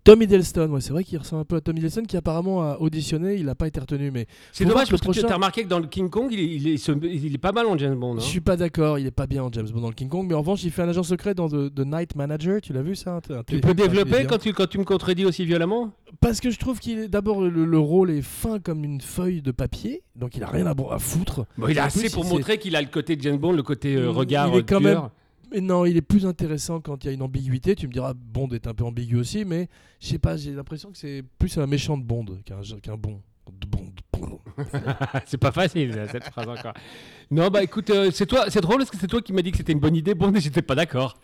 [SPEAKER 1] Tom Hiddleston, ouais, c'est vrai qu'il ressemble un peu à Tom Hiddleston qui apparemment a auditionné, il n'a pas été retenu, mais
[SPEAKER 2] C'est
[SPEAKER 1] Faut voir
[SPEAKER 2] dommage
[SPEAKER 1] que le
[SPEAKER 2] parce que tu
[SPEAKER 1] prochain-
[SPEAKER 2] as remarqué que dans le King Kong, il est, il est- il se- il est pas mal en James Bond. hein.
[SPEAKER 1] je suis pas d'accord, il est pas bien en James Bond dans le King Kong, mais en revanche il fait un agent secret dans The, The Night Manager, tu l'as vu ça un t- un
[SPEAKER 2] Tu
[SPEAKER 1] télé- un
[SPEAKER 2] peux développer
[SPEAKER 1] téléfilm.
[SPEAKER 2] quand tu, quand tu me contredis aussi violemment
[SPEAKER 1] Parce que je trouve qu'il est d'abord le, le rôle est fin comme une feuille de papier, donc il a rien à, bo- à foutre.
[SPEAKER 2] Il a
[SPEAKER 1] En plus,
[SPEAKER 2] assez pour
[SPEAKER 1] il-
[SPEAKER 2] montrer qu'il a le côté James Bond, le côté euh,
[SPEAKER 1] Il-
[SPEAKER 2] regard.
[SPEAKER 1] il est
[SPEAKER 2] euh,
[SPEAKER 1] quand
[SPEAKER 2] tueur.
[SPEAKER 1] Mais non, il est plus intéressant quand il y a une ambiguïté. Tu me diras, Bond est un peu ambigu aussi, mais je sais pas, j'ai l'impression que c'est plus un méchant de Bond qu'un qu'un bon. De Bond. Bond.
[SPEAKER 2] Ah, C'est pas facile cette phrase encore. Non, bah écoute, euh, c'est toi, c'est drôle parce que c'est toi qui m'as dit que c'était une bonne idée. Bon, mais j'étais pas d'accord.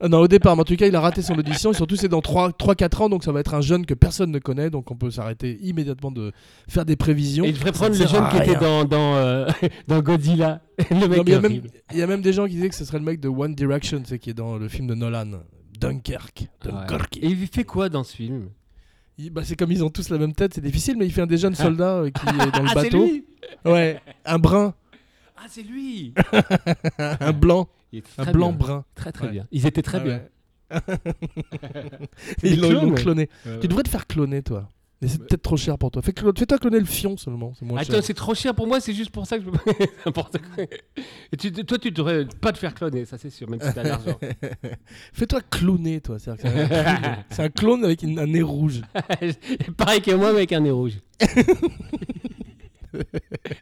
[SPEAKER 1] Ah non, au départ, mais en tout cas, il a raté son audition. Et surtout, c'est dans 3-4 ans, donc ça va être un jeune que personne ne connaît, donc on peut s'arrêter immédiatement de faire des prévisions.
[SPEAKER 2] Et il devrait
[SPEAKER 1] Ça
[SPEAKER 2] prendre
[SPEAKER 1] ne
[SPEAKER 2] le
[SPEAKER 1] sert
[SPEAKER 2] jeune
[SPEAKER 1] à
[SPEAKER 2] qui était
[SPEAKER 1] rien.
[SPEAKER 2] dans, dans, euh, dans Godzilla. Le
[SPEAKER 1] Non, mais
[SPEAKER 2] mec
[SPEAKER 1] il y a même-
[SPEAKER 2] horrible.
[SPEAKER 1] il y, a même des gens qui disaient que ce serait le mec de One Direction, c'est qui est dans le film de Nolan, Dunkerque. Dunkerque.
[SPEAKER 2] Et il fait quoi dans ce film
[SPEAKER 1] Il- bah, c'est comme ils ont tous la même tête, c'est difficile, mais il fait un des jeunes soldats euh, qui est dans le
[SPEAKER 2] Ah, c'est
[SPEAKER 1] bateau.
[SPEAKER 2] lui
[SPEAKER 1] Ouais, un brun,
[SPEAKER 2] Ah, c'est lui
[SPEAKER 1] un blanc,
[SPEAKER 2] Il était
[SPEAKER 1] un
[SPEAKER 2] très
[SPEAKER 1] blanc
[SPEAKER 2] bien.
[SPEAKER 1] brun.
[SPEAKER 2] Très très
[SPEAKER 1] Ouais.
[SPEAKER 2] bien. Ils étaient très
[SPEAKER 1] Ah
[SPEAKER 2] bien.
[SPEAKER 1] ouais. Ils
[SPEAKER 2] des
[SPEAKER 1] l'ont ils l'ont
[SPEAKER 2] clones, ouais.
[SPEAKER 1] cloné.
[SPEAKER 2] Ouais, ouais.
[SPEAKER 1] Tu devrais te faire cloner, toi. Mais c'est peut-être trop cher pour toi. Fais clo- Fais-toi cloner le fion seulement. C'est moins
[SPEAKER 2] Attends,
[SPEAKER 1] cher.
[SPEAKER 2] c'est trop cher pour moi, c'est juste pour ça que je peux pas- N'importe quoi. Et tu- toi, tu devrais pas te faire cloner, ça c'est sûr, même si t'as de l'argent.
[SPEAKER 1] Fais-toi cloner, toi. C'est-à-dire que C'est un clone. C'est un clone avec une- un nez rouge.
[SPEAKER 2] Pareil que moi, mais avec un nez rouge.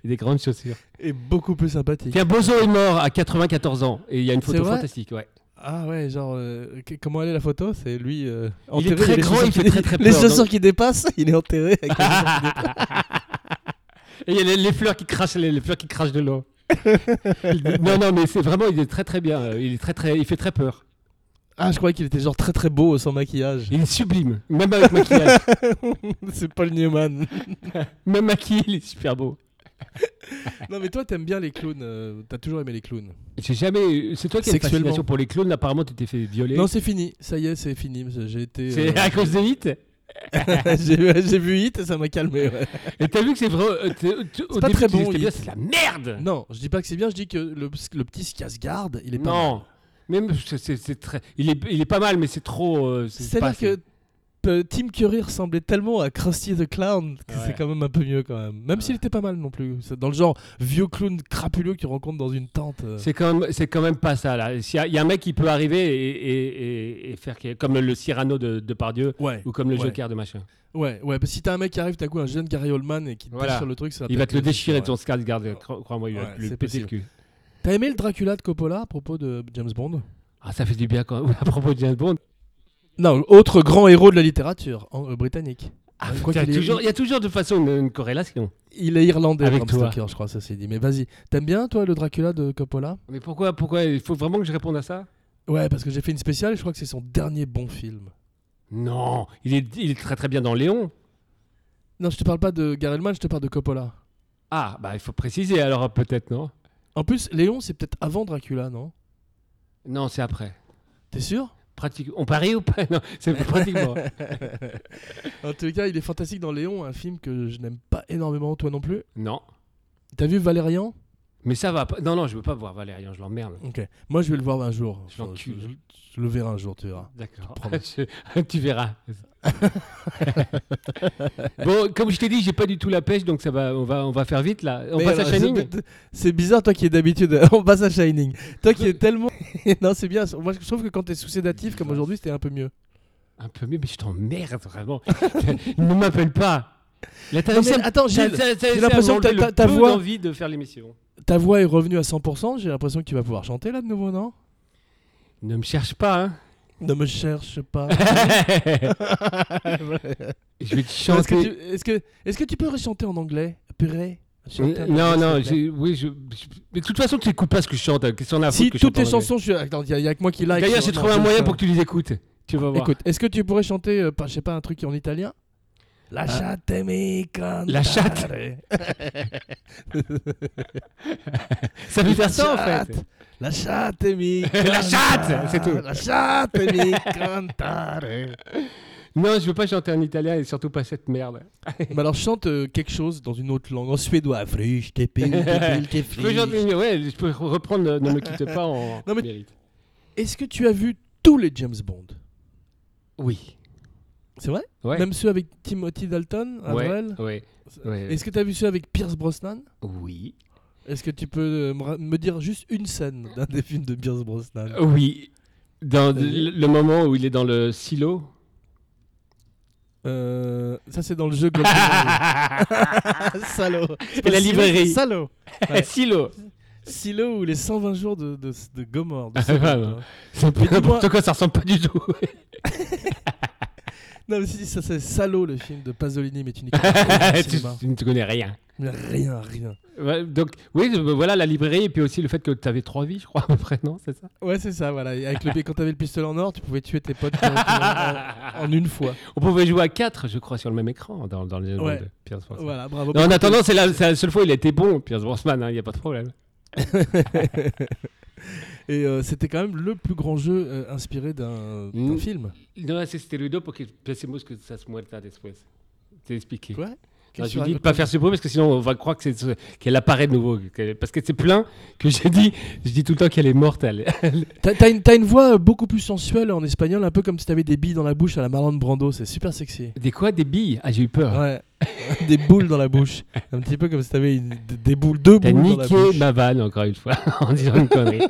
[SPEAKER 2] Et des grandes chaussures.
[SPEAKER 1] Et beaucoup plus sympathique.
[SPEAKER 2] Tiens, Bozo est mort à 94 ans et il y a une
[SPEAKER 1] C'est
[SPEAKER 2] photo
[SPEAKER 1] vrai
[SPEAKER 2] fantastique. Ouais.
[SPEAKER 1] Ah ouais, genre, euh, que- comment elle est la photo C'est lui. euh,
[SPEAKER 2] Il est
[SPEAKER 1] enterré,
[SPEAKER 2] très
[SPEAKER 1] les
[SPEAKER 2] grand,
[SPEAKER 1] chaussures
[SPEAKER 2] il
[SPEAKER 1] qui-
[SPEAKER 2] fait très, très
[SPEAKER 1] Les
[SPEAKER 2] peur,
[SPEAKER 1] chaussures
[SPEAKER 2] donc.
[SPEAKER 1] qui dépassent, il est enterré. avec les chaussures qui dépassent.
[SPEAKER 2] Et il y a les, les fleurs qui crachent, les, les fleurs qui crachent de l'eau. non, non, mais c'est vraiment, il est très très bien. euh, Il est très très, il fait très peur.
[SPEAKER 1] Ah, je croyais qu'il était genre très très beau euh, sans maquillage.
[SPEAKER 2] Il est sublime, même avec maquillage,
[SPEAKER 1] c'est Paul Newman.
[SPEAKER 2] même maquillé, il est super beau.
[SPEAKER 1] non, mais toi, t'aimes bien les clowns. euh, T'as toujours aimé les clowns.
[SPEAKER 2] J'ai jamais, c'est toi qui as une
[SPEAKER 1] Sexuellement.
[SPEAKER 2] fascination pour les clowns. Apparemment, tu t'es fait violer.
[SPEAKER 1] Non, c'est fini. Ça y est, c'est fini. J'ai été.
[SPEAKER 2] c'est
[SPEAKER 1] euh,
[SPEAKER 2] à cause des hits.
[SPEAKER 1] j'ai j'ai vu Hit et ça m'a calmé. ouais.
[SPEAKER 2] Et t'as vu que c'est vrai. euh, t'es- au- au
[SPEAKER 1] pas
[SPEAKER 2] début,
[SPEAKER 1] très
[SPEAKER 2] tu dis,
[SPEAKER 1] bon,
[SPEAKER 2] c'était bien,
[SPEAKER 1] Hit.
[SPEAKER 2] C'est de la merde.
[SPEAKER 1] Non, je dis pas que c'est bien, je dis que le, le petit se casse-garde, il est pas mal.
[SPEAKER 2] Non, même c'est- c'est c'est très. Il est, il est pas mal, mais c'est trop. euh, c'est pas
[SPEAKER 1] C'est-à-dire
[SPEAKER 2] assez.
[SPEAKER 1] que euh, Tim Curry ressemblait tellement à Krusty the Clown que
[SPEAKER 2] Ouais.
[SPEAKER 1] c'est quand même un peu mieux quand même. Même s'il était pas mal non plus. C'est dans le genre vieux clown crapuleux que tu rencontres dans une tente. euh.
[SPEAKER 2] C'est quand, même- c'est quand même pas ça là. S'il y a- Il y, a un mec qui peut arriver et, et- et- et faire que- comme le Cyrano de, de Pardieu
[SPEAKER 1] Ouais,
[SPEAKER 2] ou comme le
[SPEAKER 1] Ouais.
[SPEAKER 2] Joker de machin.
[SPEAKER 1] ouais, ouais. Parce que si t'as un mec qui arrive, t'as coup un jeune Gary Oldman et qui te
[SPEAKER 2] Voilà.
[SPEAKER 1] déchire le truc, ça
[SPEAKER 2] Il va te le
[SPEAKER 1] péter,
[SPEAKER 2] déchirer
[SPEAKER 1] c'est
[SPEAKER 2] ton Skarsgård,
[SPEAKER 1] Ouais.
[SPEAKER 2] cro- crois-moi, il va
[SPEAKER 1] Ouais,
[SPEAKER 2] te le
[SPEAKER 1] c'est
[SPEAKER 2] péter le cul.
[SPEAKER 1] vrai. T'as aimé le Dracula de Coppola à propos de James Bond
[SPEAKER 2] Ah, ça fait du bien quand à propos de James Bond.
[SPEAKER 1] Non, autre grand héros de la littérature en- euh, britannique.
[SPEAKER 2] Ah,
[SPEAKER 1] Ouais,
[SPEAKER 2] putain,
[SPEAKER 1] quoi
[SPEAKER 2] il y a
[SPEAKER 1] qu'il ait-
[SPEAKER 2] toujours- il y a toujours de toute façon une, une corrélation.
[SPEAKER 1] Il est irlandais,
[SPEAKER 2] Avec
[SPEAKER 1] Bram
[SPEAKER 2] toi.
[SPEAKER 1] Stoker, je crois, ça s'est dit. Mais vas-y, t'aimes bien toi le Dracula de Coppola
[SPEAKER 2] Mais pourquoi, pourquoi Il faut vraiment que je réponde à ça
[SPEAKER 1] Ouais, parce que j'ai fait une spéciale et je crois que c'est son dernier bon film.
[SPEAKER 2] Non, il est, il est très très bien dans Léon.
[SPEAKER 1] Non, je te parle pas de Gary Oldman, je te parle de Coppola.
[SPEAKER 2] Ah, bah il faut préciser alors peut-être non
[SPEAKER 1] En plus, Léon, c'est peut-être avant Dracula, non
[SPEAKER 2] Non, c'est après.
[SPEAKER 1] T'es sûr
[SPEAKER 2] Pratique... On parie ou pas Non, c'est pratiquement.
[SPEAKER 1] En tout cas, il est fantastique dans Léon, un film que je n'aime pas énormément, toi non plus.
[SPEAKER 2] non.
[SPEAKER 1] T'as vu Valérian
[SPEAKER 2] Mais ça va pas. Non, non, je veux pas voir Valérian, je l'emmerde.
[SPEAKER 1] Ok. Moi, je vais le voir un jour.
[SPEAKER 2] Je l'encule.
[SPEAKER 1] je- je le verrai un jour, tu verras.
[SPEAKER 2] D'accord.
[SPEAKER 1] promets.
[SPEAKER 2] Je- tu verras. bon, comme je t'ai dit, j'ai pas du tout la pêche, donc ça va, on va, on va faire vite là. On
[SPEAKER 1] Mais
[SPEAKER 2] passe à
[SPEAKER 1] alors,
[SPEAKER 2] Shining.
[SPEAKER 1] c'est- C'est bizarre, toi qui es d'habitude. On passe à Shining. Toi qui es tellement. non, c'est bien. Moi, je trouve que quand t'es sous-sédatif, comme aujourd'hui, c'était un peu mieux.
[SPEAKER 2] Un peu mieux, mais je t'emmerde vraiment. ne m'appelle pas. Là, t'as
[SPEAKER 1] Non, mais
[SPEAKER 2] réussi à-
[SPEAKER 1] attends,
[SPEAKER 2] t'as-
[SPEAKER 1] Gilles,
[SPEAKER 2] t'as- t'as réussi à
[SPEAKER 1] l'impression que
[SPEAKER 2] m'enlever
[SPEAKER 1] ta-
[SPEAKER 2] le
[SPEAKER 1] ta
[SPEAKER 2] peu
[SPEAKER 1] voix-
[SPEAKER 2] d'envie de faire l'émission.
[SPEAKER 1] ta voix est revenue à 100%. J'ai l'impression que tu vas pouvoir chanter là de nouveau, non
[SPEAKER 2] Ne me cherche pas. Hein.
[SPEAKER 1] Ne me cherche pas.
[SPEAKER 2] je vais te
[SPEAKER 1] Non, Est-ce que,
[SPEAKER 2] chanter.
[SPEAKER 1] tu- est-ce que, est-ce que tu peux rechanter en anglais Purée Chanter en
[SPEAKER 2] Non,
[SPEAKER 1] anglais,
[SPEAKER 2] non,
[SPEAKER 1] s'il te plaît.
[SPEAKER 2] j'ai- oui, je, je- mais de toute façon, tu écoutes pas ce que je chante. Qu'est-ce qu'on a à
[SPEAKER 1] Si
[SPEAKER 2] foutre que je
[SPEAKER 1] toutes
[SPEAKER 2] chante en
[SPEAKER 1] tes
[SPEAKER 2] anglais
[SPEAKER 1] chansons, je suis- attends, il y, a- il y a que moi qui like.
[SPEAKER 2] D'ailleurs, j'ai
[SPEAKER 1] Non,
[SPEAKER 2] trouvé un
[SPEAKER 1] non,
[SPEAKER 2] moyen
[SPEAKER 1] ça.
[SPEAKER 2] pour que tu les écoutes. Tu vas voir.
[SPEAKER 1] Écoute, est-ce que tu pourrais chanter, euh, pas- je sais pas, un truc en italien La chatte mi cantare.
[SPEAKER 2] Ah. La chatte ça veut dire ça en fait.
[SPEAKER 1] La chatte mi
[SPEAKER 2] La chatte,
[SPEAKER 1] cantare,
[SPEAKER 2] c'est tout.
[SPEAKER 1] La chatte mi cantare.
[SPEAKER 2] Non, je veux pas chanter en italien et surtout pas cette merde.
[SPEAKER 1] Mais alors chante euh, quelque chose dans une autre langue, en suédois. Frisch, te pil, te pil, te
[SPEAKER 2] Je peux,
[SPEAKER 1] frisch.
[SPEAKER 2] chanter- ouais, je peux reprendre euh, Ne me quitte pas en
[SPEAKER 1] Non, mais-
[SPEAKER 2] mérite.
[SPEAKER 1] Est-ce que tu as vu tous les James Bond
[SPEAKER 2] Oui.
[SPEAKER 1] C'est vrai
[SPEAKER 2] Ouais.
[SPEAKER 1] Même ceux avec Timothy Dalton,
[SPEAKER 2] ouais,
[SPEAKER 1] Adrel.
[SPEAKER 2] ouais, ouais.
[SPEAKER 1] Est-ce que tu as vu ceux avec Pierce Brosnan
[SPEAKER 2] Oui.
[SPEAKER 1] Est-ce que tu peux euh, me ra- me dire juste une scène d'un des films de Pierce Brosnan
[SPEAKER 2] Oui. Dans
[SPEAKER 1] Vas-y.
[SPEAKER 2] le le moment où il est dans le silo.
[SPEAKER 1] Euh, Ça, c'est dans le jeu Golden Salaud
[SPEAKER 2] Et la librairie.
[SPEAKER 1] Salaud Ouais.
[SPEAKER 2] Silo.
[SPEAKER 1] Silo ou les 120 jours de, de, de Gomorrhe, de
[SPEAKER 2] Ah,
[SPEAKER 1] Sodome,
[SPEAKER 2] vraiment.
[SPEAKER 1] hein.
[SPEAKER 2] C'est
[SPEAKER 1] Mais dis-moi-
[SPEAKER 2] n'importe quoi, ça ressemble pas du tout.
[SPEAKER 1] Non, mais si, si, ça c'est Salaud, le film de Pasolini, mais tu n'y connais rien au
[SPEAKER 2] tu,
[SPEAKER 1] cinéma.
[SPEAKER 2] tu ne te connais rien.
[SPEAKER 1] Mais rien, rien.
[SPEAKER 2] Ouais, donc, oui, euh, voilà la librairie et puis aussi le fait que tu avais trois vies, je crois, à peu près, non C'est ça
[SPEAKER 1] Ouais, c'est ça, voilà. Et Avec le, quand t'avais le pistolet en or, tu pouvais tuer tes potes en, en- en une fois.
[SPEAKER 2] On pouvait jouer à quatre, je crois, sur le même écran dans, dans les
[SPEAKER 1] Ouais.
[SPEAKER 2] de Pierce Brosnan.
[SPEAKER 1] Voilà, bravo.
[SPEAKER 2] Non, en attendant, c'est la, c'est la seule fois où il a été bon, Pierce Brosnan, hein, il n'y a pas de problème.
[SPEAKER 1] Et euh, c'était quand même le plus grand jeu euh, inspiré d'un d'un
[SPEAKER 2] Mm.
[SPEAKER 1] film.
[SPEAKER 2] Non, c'est Sterudo pour que pensemos que ça se muerta después. C'est expliqué.
[SPEAKER 1] Quoi
[SPEAKER 2] Non,
[SPEAKER 1] Qu'est-ce
[SPEAKER 2] Bah,
[SPEAKER 1] que tu
[SPEAKER 2] je lui dis de
[SPEAKER 1] racontes
[SPEAKER 2] pas faire ce bruit parce que sinon on va croire que c'est ce- qu'elle apparaît de nouveau. qu'elle- Parce que c'est plein que j'ai dit, je dis tout le temps qu'elle est morte. Elle.
[SPEAKER 1] T'as t'as une, t'as une voix euh, beaucoup plus sensuelle en espagnol, un peu comme si t'avais des billes dans la bouche à la Marlon Brando, c'est super sexy.
[SPEAKER 2] Des quoi Des billes Ah, j'ai eu peur.
[SPEAKER 1] Ouais, des boules dans la bouche. Un petit peu comme si t'avais une- des- des boules, deux
[SPEAKER 2] T'as
[SPEAKER 1] boules dans la
[SPEAKER 2] niqué
[SPEAKER 1] bouche.
[SPEAKER 2] ma vanne encore une fois en disant une connerie.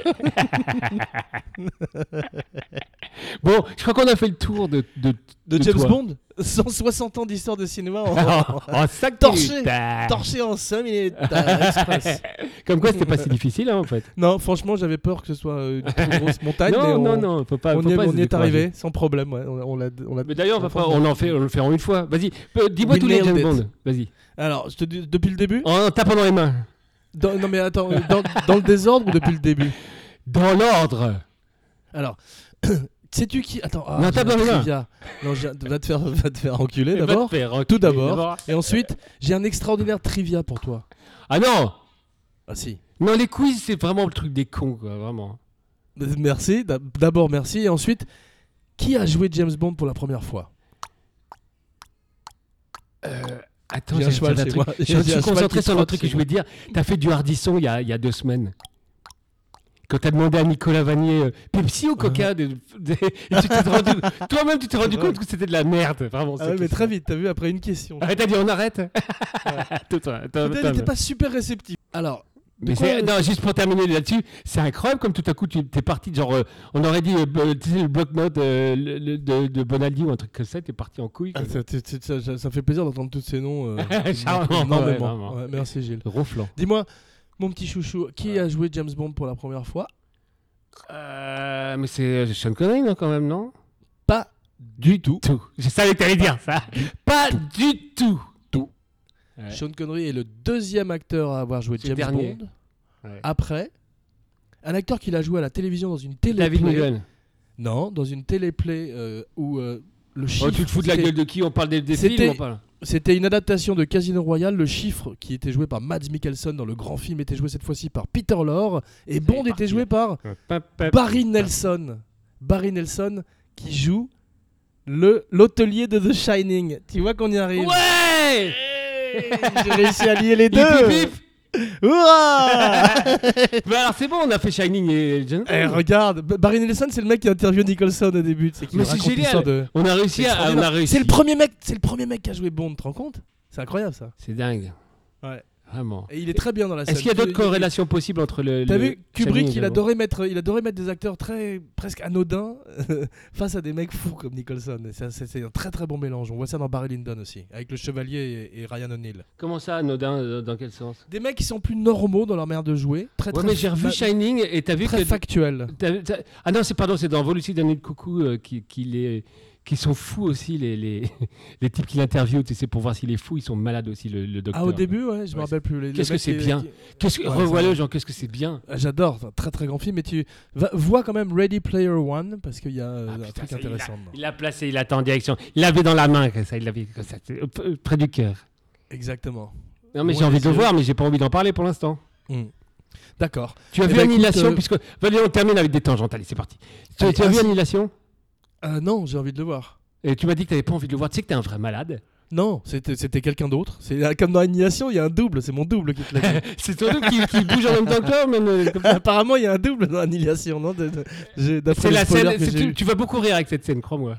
[SPEAKER 2] bon, je crois qu'on a fait le tour de, de,
[SPEAKER 1] De
[SPEAKER 2] de
[SPEAKER 1] James
[SPEAKER 2] toi. Ah.
[SPEAKER 1] Bond 160 ans d'histoire de cinéma en,
[SPEAKER 2] en, en cinq
[SPEAKER 1] Oh. Torché.
[SPEAKER 2] minutes. Ah.
[SPEAKER 1] torché en 5 minutes euh, express.
[SPEAKER 2] Comme quoi, c'était pas si difficile hein, en fait.
[SPEAKER 1] Non, franchement, j'avais peur que ce soit euh, une trop grosse montagne. mais
[SPEAKER 2] non,
[SPEAKER 1] on,
[SPEAKER 2] non, non, faut pas.
[SPEAKER 1] on
[SPEAKER 2] faut
[SPEAKER 1] y, est-
[SPEAKER 2] pas
[SPEAKER 1] on
[SPEAKER 2] se
[SPEAKER 1] y est
[SPEAKER 2] décourager.
[SPEAKER 1] arrivé sans problème. ouais, on l'a- on l'a- on l'a-
[SPEAKER 2] Mais d'ailleurs, on, va
[SPEAKER 1] on
[SPEAKER 2] faire-
[SPEAKER 1] prend-
[SPEAKER 2] on en fait, on le fera une fois. Vas-y, euh, dis-moi
[SPEAKER 1] We
[SPEAKER 2] tous les James
[SPEAKER 1] nailed it.
[SPEAKER 2] Bond. Vas-y.
[SPEAKER 1] Alors, je te dis depuis le début
[SPEAKER 2] En tapant dans les mains.
[SPEAKER 1] Dans- Non, mais attends, euh, dans, dans le désordre ou depuis le début
[SPEAKER 2] Dans l'ordre.
[SPEAKER 1] Alors, sais-tu qui Attends, ah,
[SPEAKER 2] Non,
[SPEAKER 1] j'ai un
[SPEAKER 2] tape dans les mains.
[SPEAKER 1] trivia. Non, j'ai un- va te faire, va te faire enculer
[SPEAKER 2] Va te
[SPEAKER 1] Eh, d'abord.
[SPEAKER 2] faire enculer
[SPEAKER 1] Tout d'abord. Et ensuite, j'ai un extraordinaire trivia pour toi.
[SPEAKER 2] Ah non
[SPEAKER 1] Ah si.
[SPEAKER 2] Non, les quiz, c'est vraiment le truc des cons, quoi, vraiment.
[SPEAKER 1] Euh, Merci. d'a- D'abord, merci. Et ensuite, qui a joué James Bond pour la première fois
[SPEAKER 2] Attends,
[SPEAKER 1] J'ai un
[SPEAKER 2] j'ai
[SPEAKER 1] cheval
[SPEAKER 2] j'ai un
[SPEAKER 1] chez
[SPEAKER 2] truc.
[SPEAKER 1] moi. J'ai
[SPEAKER 2] Je
[SPEAKER 1] un
[SPEAKER 2] suis
[SPEAKER 1] cheval
[SPEAKER 2] concentré
[SPEAKER 1] qui
[SPEAKER 2] sur le
[SPEAKER 1] trotte
[SPEAKER 2] truc
[SPEAKER 1] chez
[SPEAKER 2] que je voulais dire. T'as fait du hardisson il y a, il y a deux semaines. Quand t'as demandé à Nicolas Vanier euh, Pepsi ou Coca, de- de- et tu t'es rendu- toi-même tu t'es rendu
[SPEAKER 1] vrai.
[SPEAKER 2] compte que c'était de la merde, vraiment.
[SPEAKER 1] Ah
[SPEAKER 2] c'est
[SPEAKER 1] ouais, mais
[SPEAKER 2] que-
[SPEAKER 1] très vite, t'as vu, après une question.
[SPEAKER 2] Ah, t'as dit on arrête Toi, toi, toi,
[SPEAKER 1] Peut-être
[SPEAKER 2] toi,
[SPEAKER 1] il était pas super réceptif. Alors,
[SPEAKER 2] mais
[SPEAKER 1] quoi, euh,
[SPEAKER 2] c'est- non, juste pour terminer là-dessus, c'est incroyable comme tout à coup tu t'es parti, de genre euh, on aurait dit euh, euh, tu sais, le bloc-notes euh, le- le- de, de Bonaldi ou un truc comme ça, t'es parti en couille.
[SPEAKER 1] Ah,
[SPEAKER 2] comme-
[SPEAKER 1] ça, tu- tu- ça- ça- ça fait plaisir d'entendre tous ces noms. euh,
[SPEAKER 2] Charmant, ouais,
[SPEAKER 1] énormément.
[SPEAKER 2] vraiment.
[SPEAKER 1] Ouais, merci Gilles.
[SPEAKER 2] Ronflant.
[SPEAKER 1] Dis-moi, mon petit chouchou, qui a joué James Bond pour la première fois
[SPEAKER 2] Euh, mais c'est Sean Connery, non, quand même, non
[SPEAKER 1] Pas du tout.
[SPEAKER 2] Tout. Je savais que t'allais dire ça. Pas du tout. Ouais.
[SPEAKER 1] Sean Connery est le deuxième acteur à avoir joué
[SPEAKER 2] C'est
[SPEAKER 1] James
[SPEAKER 2] le dernier.
[SPEAKER 1] Bond.
[SPEAKER 2] Ouais.
[SPEAKER 1] Après, un acteur qu'il a joué à la télévision dans une téléplay.
[SPEAKER 2] David Mullen.
[SPEAKER 1] Non, dans une téléplay euh, où euh, le chiffre.
[SPEAKER 2] Oh, tu te fous de la
[SPEAKER 1] c'était-
[SPEAKER 2] gueule de qui On parle des, des
[SPEAKER 1] C'était-
[SPEAKER 2] films on parle...
[SPEAKER 1] C'était une adaptation de Casino Royale. Le chiffre qui était joué par Mads Mikkelsen dans le grand film était joué cette fois-ci par Peter Lorre et
[SPEAKER 2] Ça y est,
[SPEAKER 1] Bond était
[SPEAKER 2] parti.
[SPEAKER 1] joué par Barry Nelson. Barry Nelson qui joue le l'hôtelier de The Shining. Tu vois qu'on y arrive.
[SPEAKER 2] Ouais
[SPEAKER 1] J'ai réussi à lier les
[SPEAKER 2] Bip,
[SPEAKER 1] deux.
[SPEAKER 2] bip, bip.
[SPEAKER 1] Hurrah
[SPEAKER 2] Bah alors c'est bon, on a fait Shining et John.
[SPEAKER 1] Eh, regarde, B- Barry Nelson, c'est le mec qui interviewe Nicholson au début. tu sais, qui
[SPEAKER 2] Mais
[SPEAKER 1] lui
[SPEAKER 2] c'est
[SPEAKER 1] raconte
[SPEAKER 2] génial.
[SPEAKER 1] l'histoire de-
[SPEAKER 2] On a réussi à... On a
[SPEAKER 1] Extraordinaire.
[SPEAKER 2] réussi.
[SPEAKER 1] C'est le premier mec, c'est le premier mec qui a joué Bond. Tu te rends compte C'est incroyable ça.
[SPEAKER 2] C'est dingue.
[SPEAKER 1] Ouais.
[SPEAKER 2] Vraiment.
[SPEAKER 1] Et il est très bien dans la scène.
[SPEAKER 2] Est-ce qu'il y a
[SPEAKER 1] Il-
[SPEAKER 2] d'autres
[SPEAKER 1] il-
[SPEAKER 2] corrélations possibles entre le...
[SPEAKER 1] T'as
[SPEAKER 2] le
[SPEAKER 1] vu Kubrick,
[SPEAKER 2] Shining et
[SPEAKER 1] il
[SPEAKER 2] James Bond
[SPEAKER 1] adorait mettre, il adorait mettre des acteurs très presque anodins face à des mecs fous comme Nicholson. Et ça, C'est c'est un très très bon mélange. On voit ça dans Barry Lyndon aussi, avec le Chevalier et, et Ryan O'Neill.
[SPEAKER 2] Comment ça, anodin euh, Dans quel sens
[SPEAKER 1] Des mecs qui sont plus normaux dans leur manière de jouer, très
[SPEAKER 2] Ouais,
[SPEAKER 1] très,
[SPEAKER 2] mais j'ai revu
[SPEAKER 1] fa-
[SPEAKER 2] Shining et t'as vu
[SPEAKER 1] très
[SPEAKER 2] que...
[SPEAKER 1] factuel.
[SPEAKER 2] T'as- t'as- Ah non, c'est pardon, c'est dans Volusi Daniel Coucou euh, qui, qui les- qui sont fous aussi, les, les, les types qui l'interviewent, tu sais, pour voir s'il est fou, ils sont malades aussi, le, le docteur.
[SPEAKER 1] Ah au début, ouais, je me
[SPEAKER 2] Ouais,
[SPEAKER 1] rappelle plus. Les- les
[SPEAKER 2] Qu'est-ce que
[SPEAKER 1] mecs
[SPEAKER 2] c'est
[SPEAKER 1] qui-
[SPEAKER 2] bien.
[SPEAKER 1] qui-
[SPEAKER 2] Qu'est-ce que,
[SPEAKER 1] Ouais, ça
[SPEAKER 2] Revoilà,
[SPEAKER 1] va.
[SPEAKER 2] genre, qu'est-ce que c'est bien.
[SPEAKER 1] Ah, J'adore, c'est un très très grand film. Mais tu va- vois quand même Ready Player One parce qu'il y a euh,
[SPEAKER 2] Ah,
[SPEAKER 1] un
[SPEAKER 2] putain,
[SPEAKER 1] truc
[SPEAKER 2] ça, il a-
[SPEAKER 1] intéressant. dedans.
[SPEAKER 2] Il l'a placé, il attend en direction. Il l'avait dans la main, comme ça, il l'avait comme ça, euh, p- euh, près du cœur.
[SPEAKER 1] Exactement.
[SPEAKER 2] Non, mais
[SPEAKER 1] Ouais,
[SPEAKER 2] j'ai envie de le
[SPEAKER 1] c'est-
[SPEAKER 2] voir, mais j'ai pas envie d'en parler pour l'instant.
[SPEAKER 1] Hmm. D'accord.
[SPEAKER 2] Tu as
[SPEAKER 1] Eh
[SPEAKER 2] vu
[SPEAKER 1] ben, écoute,
[SPEAKER 2] Annihilation
[SPEAKER 1] euh,
[SPEAKER 2] puisque... Allez, on termine avec des tangentes, allez, c'est parti. Tu,
[SPEAKER 1] Allez,
[SPEAKER 2] tu as vu
[SPEAKER 1] ainsi-
[SPEAKER 2] Annihilation
[SPEAKER 1] Euh, non, j'ai envie de le voir.
[SPEAKER 2] Et tu m'as dit que t'avais pas envie de le voir. Tu sais que t'es un vrai malade.
[SPEAKER 1] Non, c'était c'était quelqu'un d'autre. C'est euh, comme dans Annihilation, il y a un double. C'est mon double qui te l'a dit.
[SPEAKER 2] C'est toi qui, qui bouge en même temps que toi, même, euh, comme-
[SPEAKER 1] Apparemment, il y a un double dans Annihilation, non de- de- j'ai- d'après
[SPEAKER 2] C'est
[SPEAKER 1] les
[SPEAKER 2] la
[SPEAKER 1] spoilers
[SPEAKER 2] scène.
[SPEAKER 1] que
[SPEAKER 2] c'est-
[SPEAKER 1] j'ai
[SPEAKER 2] Tu,
[SPEAKER 1] eus.
[SPEAKER 2] tu vas beaucoup rire avec cette scène, crois-moi.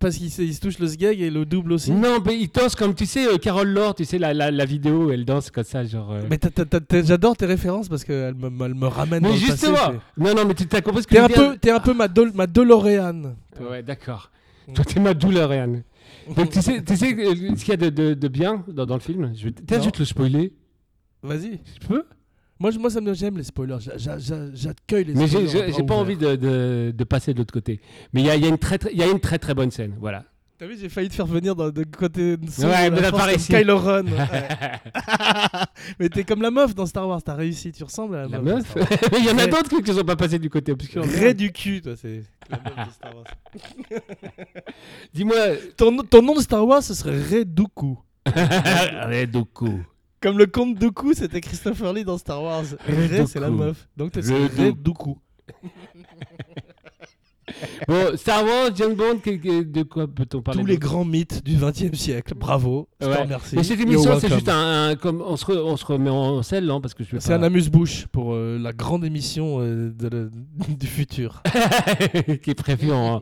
[SPEAKER 1] Parce qu'il se, il se touche le sgeg et le double aussi.
[SPEAKER 2] Non, mais il danse comme, tu sais, euh, Carole Laure, tu sais, la, la, la vidéo, elle danse comme ça, genre... euh.
[SPEAKER 1] Mais t'as- t'as- t'as- t'as- j'adore tes références parce qu'elles me, me- elles me ramènent
[SPEAKER 2] Mais
[SPEAKER 1] dans le
[SPEAKER 2] justement
[SPEAKER 1] passé. je fais-
[SPEAKER 2] Non, non, mais tu t'as compris ce que
[SPEAKER 1] T'es
[SPEAKER 2] je
[SPEAKER 1] un,
[SPEAKER 2] veux dire
[SPEAKER 1] peu, t'es un peu ma, Dol- ma DeLorean.
[SPEAKER 2] Ouais, d'accord.
[SPEAKER 1] Mm.
[SPEAKER 2] Toi, t'es ma douleur, Anne. Donc, tu sais, tu sais euh, ce qu'il y a de, de- de bien dans, dans le film Je vais t- tiens, je vais te le spoiler.
[SPEAKER 1] Vas-y.
[SPEAKER 2] Je peux
[SPEAKER 1] Moi, je- moi ça me j'aime les spoilers. J'a- j'a- j'a- J'accueille les
[SPEAKER 2] Mais
[SPEAKER 1] spoilers.
[SPEAKER 2] j'ai-
[SPEAKER 1] hein, à
[SPEAKER 2] j'ai
[SPEAKER 1] bras
[SPEAKER 2] j'ai pas
[SPEAKER 1] ouverts.
[SPEAKER 2] envie de, de- de passer de l'autre côté. Mais il y a, il y a une très, très- il y a une très très bonne scène, voilà.
[SPEAKER 1] T'as vu, j'ai failli te faire venir dans, de côté de
[SPEAKER 2] Ouais, mais là, par ici.
[SPEAKER 1] Kylo Ren. Ouais. mais t'es comme la meuf dans Star Wars, t'as réussi, tu ressembles à la,
[SPEAKER 2] La
[SPEAKER 1] dans
[SPEAKER 2] meuf
[SPEAKER 1] Star Wars.
[SPEAKER 2] Il y en a
[SPEAKER 1] Ouais.
[SPEAKER 2] d'autres qui ne sont pas passés du côté obscur.
[SPEAKER 1] Raie du cul, toi, c'est la meuf de Star Wars.
[SPEAKER 2] Dis-moi...
[SPEAKER 1] Ton, ton nom de Star Wars, ce serait Ray Dooku.
[SPEAKER 2] Arrête, Doku.
[SPEAKER 1] Comme le comte Dooku, c'était Christopher Lee dans Star Wars.
[SPEAKER 2] Ray
[SPEAKER 1] Ray, c'est la
[SPEAKER 2] Dooku.
[SPEAKER 1] meuf. Donc t'es
[SPEAKER 2] Ray
[SPEAKER 1] Ray Dooku.
[SPEAKER 2] Bon, Star Wars, James Bond, que- que- de quoi peut-on parler
[SPEAKER 1] Tous les
[SPEAKER 2] d'autre
[SPEAKER 1] grands mythes du 20 e siècle. Bravo. Je te
[SPEAKER 2] Ouais.
[SPEAKER 1] remercie.
[SPEAKER 2] Mais cette
[SPEAKER 1] You're
[SPEAKER 2] émission, c'est
[SPEAKER 1] welcome.
[SPEAKER 2] juste un, un- comme on se, re- on se remet en selle, hein, parce que je vais
[SPEAKER 1] C'est
[SPEAKER 2] pas-
[SPEAKER 1] un amuse-bouche pour euh, la grande émission euh, de la- du futur.
[SPEAKER 2] qui est prévu en.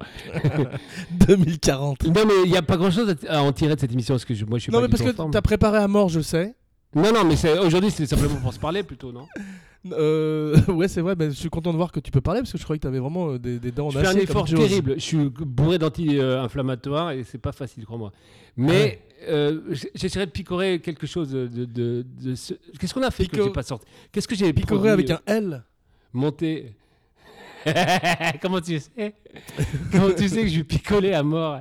[SPEAKER 1] 2040.
[SPEAKER 2] Non, mais il n'y a pas grand-chose à t- à en tirer de cette émission, parce que je- moi, je suis
[SPEAKER 1] Non,
[SPEAKER 2] pas
[SPEAKER 1] mais
[SPEAKER 2] du
[SPEAKER 1] parce
[SPEAKER 2] tout en forme.
[SPEAKER 1] que t'as préparé à mort, je sais.
[SPEAKER 2] Non, non, mais c'est- aujourd'hui, c'est simplement pour se parler plutôt, non
[SPEAKER 1] Euh, ouais, c'est vrai, mais je suis content de voir que tu peux parler parce que je croyais que t'avais vraiment euh, des, des dents en
[SPEAKER 2] Je
[SPEAKER 1] acier.
[SPEAKER 2] fais
[SPEAKER 1] comme
[SPEAKER 2] un effort
[SPEAKER 1] Jaws.
[SPEAKER 2] terrible. Je suis bourré d'anti-inflammatoires et c'est pas facile, crois-moi. Mais
[SPEAKER 1] Ouais.
[SPEAKER 2] euh, j- j'essaierai de picorer quelque chose de. de- de ce- Qu'est-ce qu'on a fait que
[SPEAKER 1] Pico-
[SPEAKER 2] j'ai pas sorti Qu'est-ce que j'ai
[SPEAKER 1] Picoré
[SPEAKER 2] produit,
[SPEAKER 1] avec
[SPEAKER 2] euh,
[SPEAKER 1] un L.
[SPEAKER 2] Monté. Comment tu sais Comment tu sais que je suis picolé à mort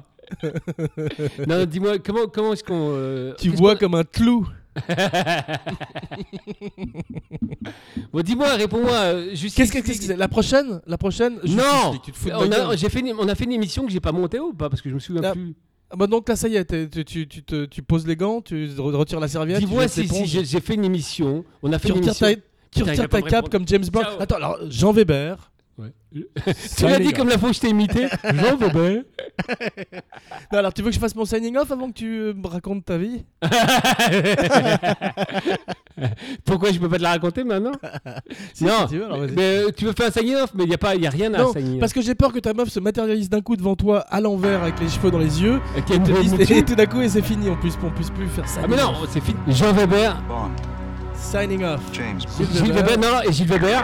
[SPEAKER 2] Non, dis-moi, comment, comment est-ce qu'on. euh,
[SPEAKER 1] Tu
[SPEAKER 2] qu'est-ce
[SPEAKER 1] vois
[SPEAKER 2] qu'on-
[SPEAKER 1] comme un clou.
[SPEAKER 2] Bon, dis-moi, réponds-moi. euh, Justice
[SPEAKER 1] Qu'est-ce que
[SPEAKER 2] League.
[SPEAKER 1] qu'est-ce que c'est La prochaine La prochaine Justice
[SPEAKER 2] Non
[SPEAKER 1] League, tu te fous de
[SPEAKER 2] on
[SPEAKER 1] ma
[SPEAKER 2] a,
[SPEAKER 1] gueule.
[SPEAKER 2] j'ai fait une- on a fait une émission que j'ai pas montée ou pas Parce que je me souviens
[SPEAKER 1] Ah,
[SPEAKER 2] plus.
[SPEAKER 1] Ah bah donc là, ça y est, t'es- tu, tu, tu te- tu poses les gants, tu re- retires la serviette. tu
[SPEAKER 2] Dis-moi
[SPEAKER 1] jettes
[SPEAKER 2] si, si
[SPEAKER 1] l'éponge,
[SPEAKER 2] j'ai, j'ai fait une émission. On a fait
[SPEAKER 1] tu
[SPEAKER 2] une
[SPEAKER 1] retires
[SPEAKER 2] émission.
[SPEAKER 1] ta, tu
[SPEAKER 2] Putain, il va
[SPEAKER 1] retires ta
[SPEAKER 2] pas me
[SPEAKER 1] cape
[SPEAKER 2] répondre.
[SPEAKER 1] comme James Bond.
[SPEAKER 2] Ciao.
[SPEAKER 1] Attends, alors Jean Weber.
[SPEAKER 2] Ouais. Tu
[SPEAKER 1] salut
[SPEAKER 2] l'as
[SPEAKER 1] les
[SPEAKER 2] dit
[SPEAKER 1] gars.
[SPEAKER 2] comme la fois où je t'ai imité. Jean Bobet.
[SPEAKER 1] Non, alors tu veux que je fasse mon signing off avant que tu euh, me racontes ta vie
[SPEAKER 2] Pourquoi je peux pas te la raconter maintenant
[SPEAKER 1] Bah, Si,
[SPEAKER 2] Non,
[SPEAKER 1] si tu veux, alors
[SPEAKER 2] mais,
[SPEAKER 1] vas-y.
[SPEAKER 2] mais, euh, tu veux faire un sign off, mais il n'y a, pas- y a rien à
[SPEAKER 1] Non,
[SPEAKER 2] sign off.
[SPEAKER 1] Parce que j'ai peur que ta meuf se matérialise d'un coup devant toi à l'envers avec les cheveux dans les yeux.
[SPEAKER 2] Ok,
[SPEAKER 1] Et, te
[SPEAKER 2] bon,
[SPEAKER 1] dise-
[SPEAKER 2] bon,
[SPEAKER 1] et
[SPEAKER 2] tu-
[SPEAKER 1] tout d'un coup, et c'est fini, on puisse, on puisse plus faire ça.
[SPEAKER 2] Oh, Ah, mais non, c'est fini. Jean Weber.
[SPEAKER 3] Bond,
[SPEAKER 1] Signing off.
[SPEAKER 3] James
[SPEAKER 1] Gilles
[SPEAKER 2] Gilles
[SPEAKER 1] Weber.
[SPEAKER 2] Weber, non, et Gilles Weber.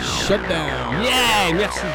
[SPEAKER 1] Shut down.
[SPEAKER 2] Yeah, merci.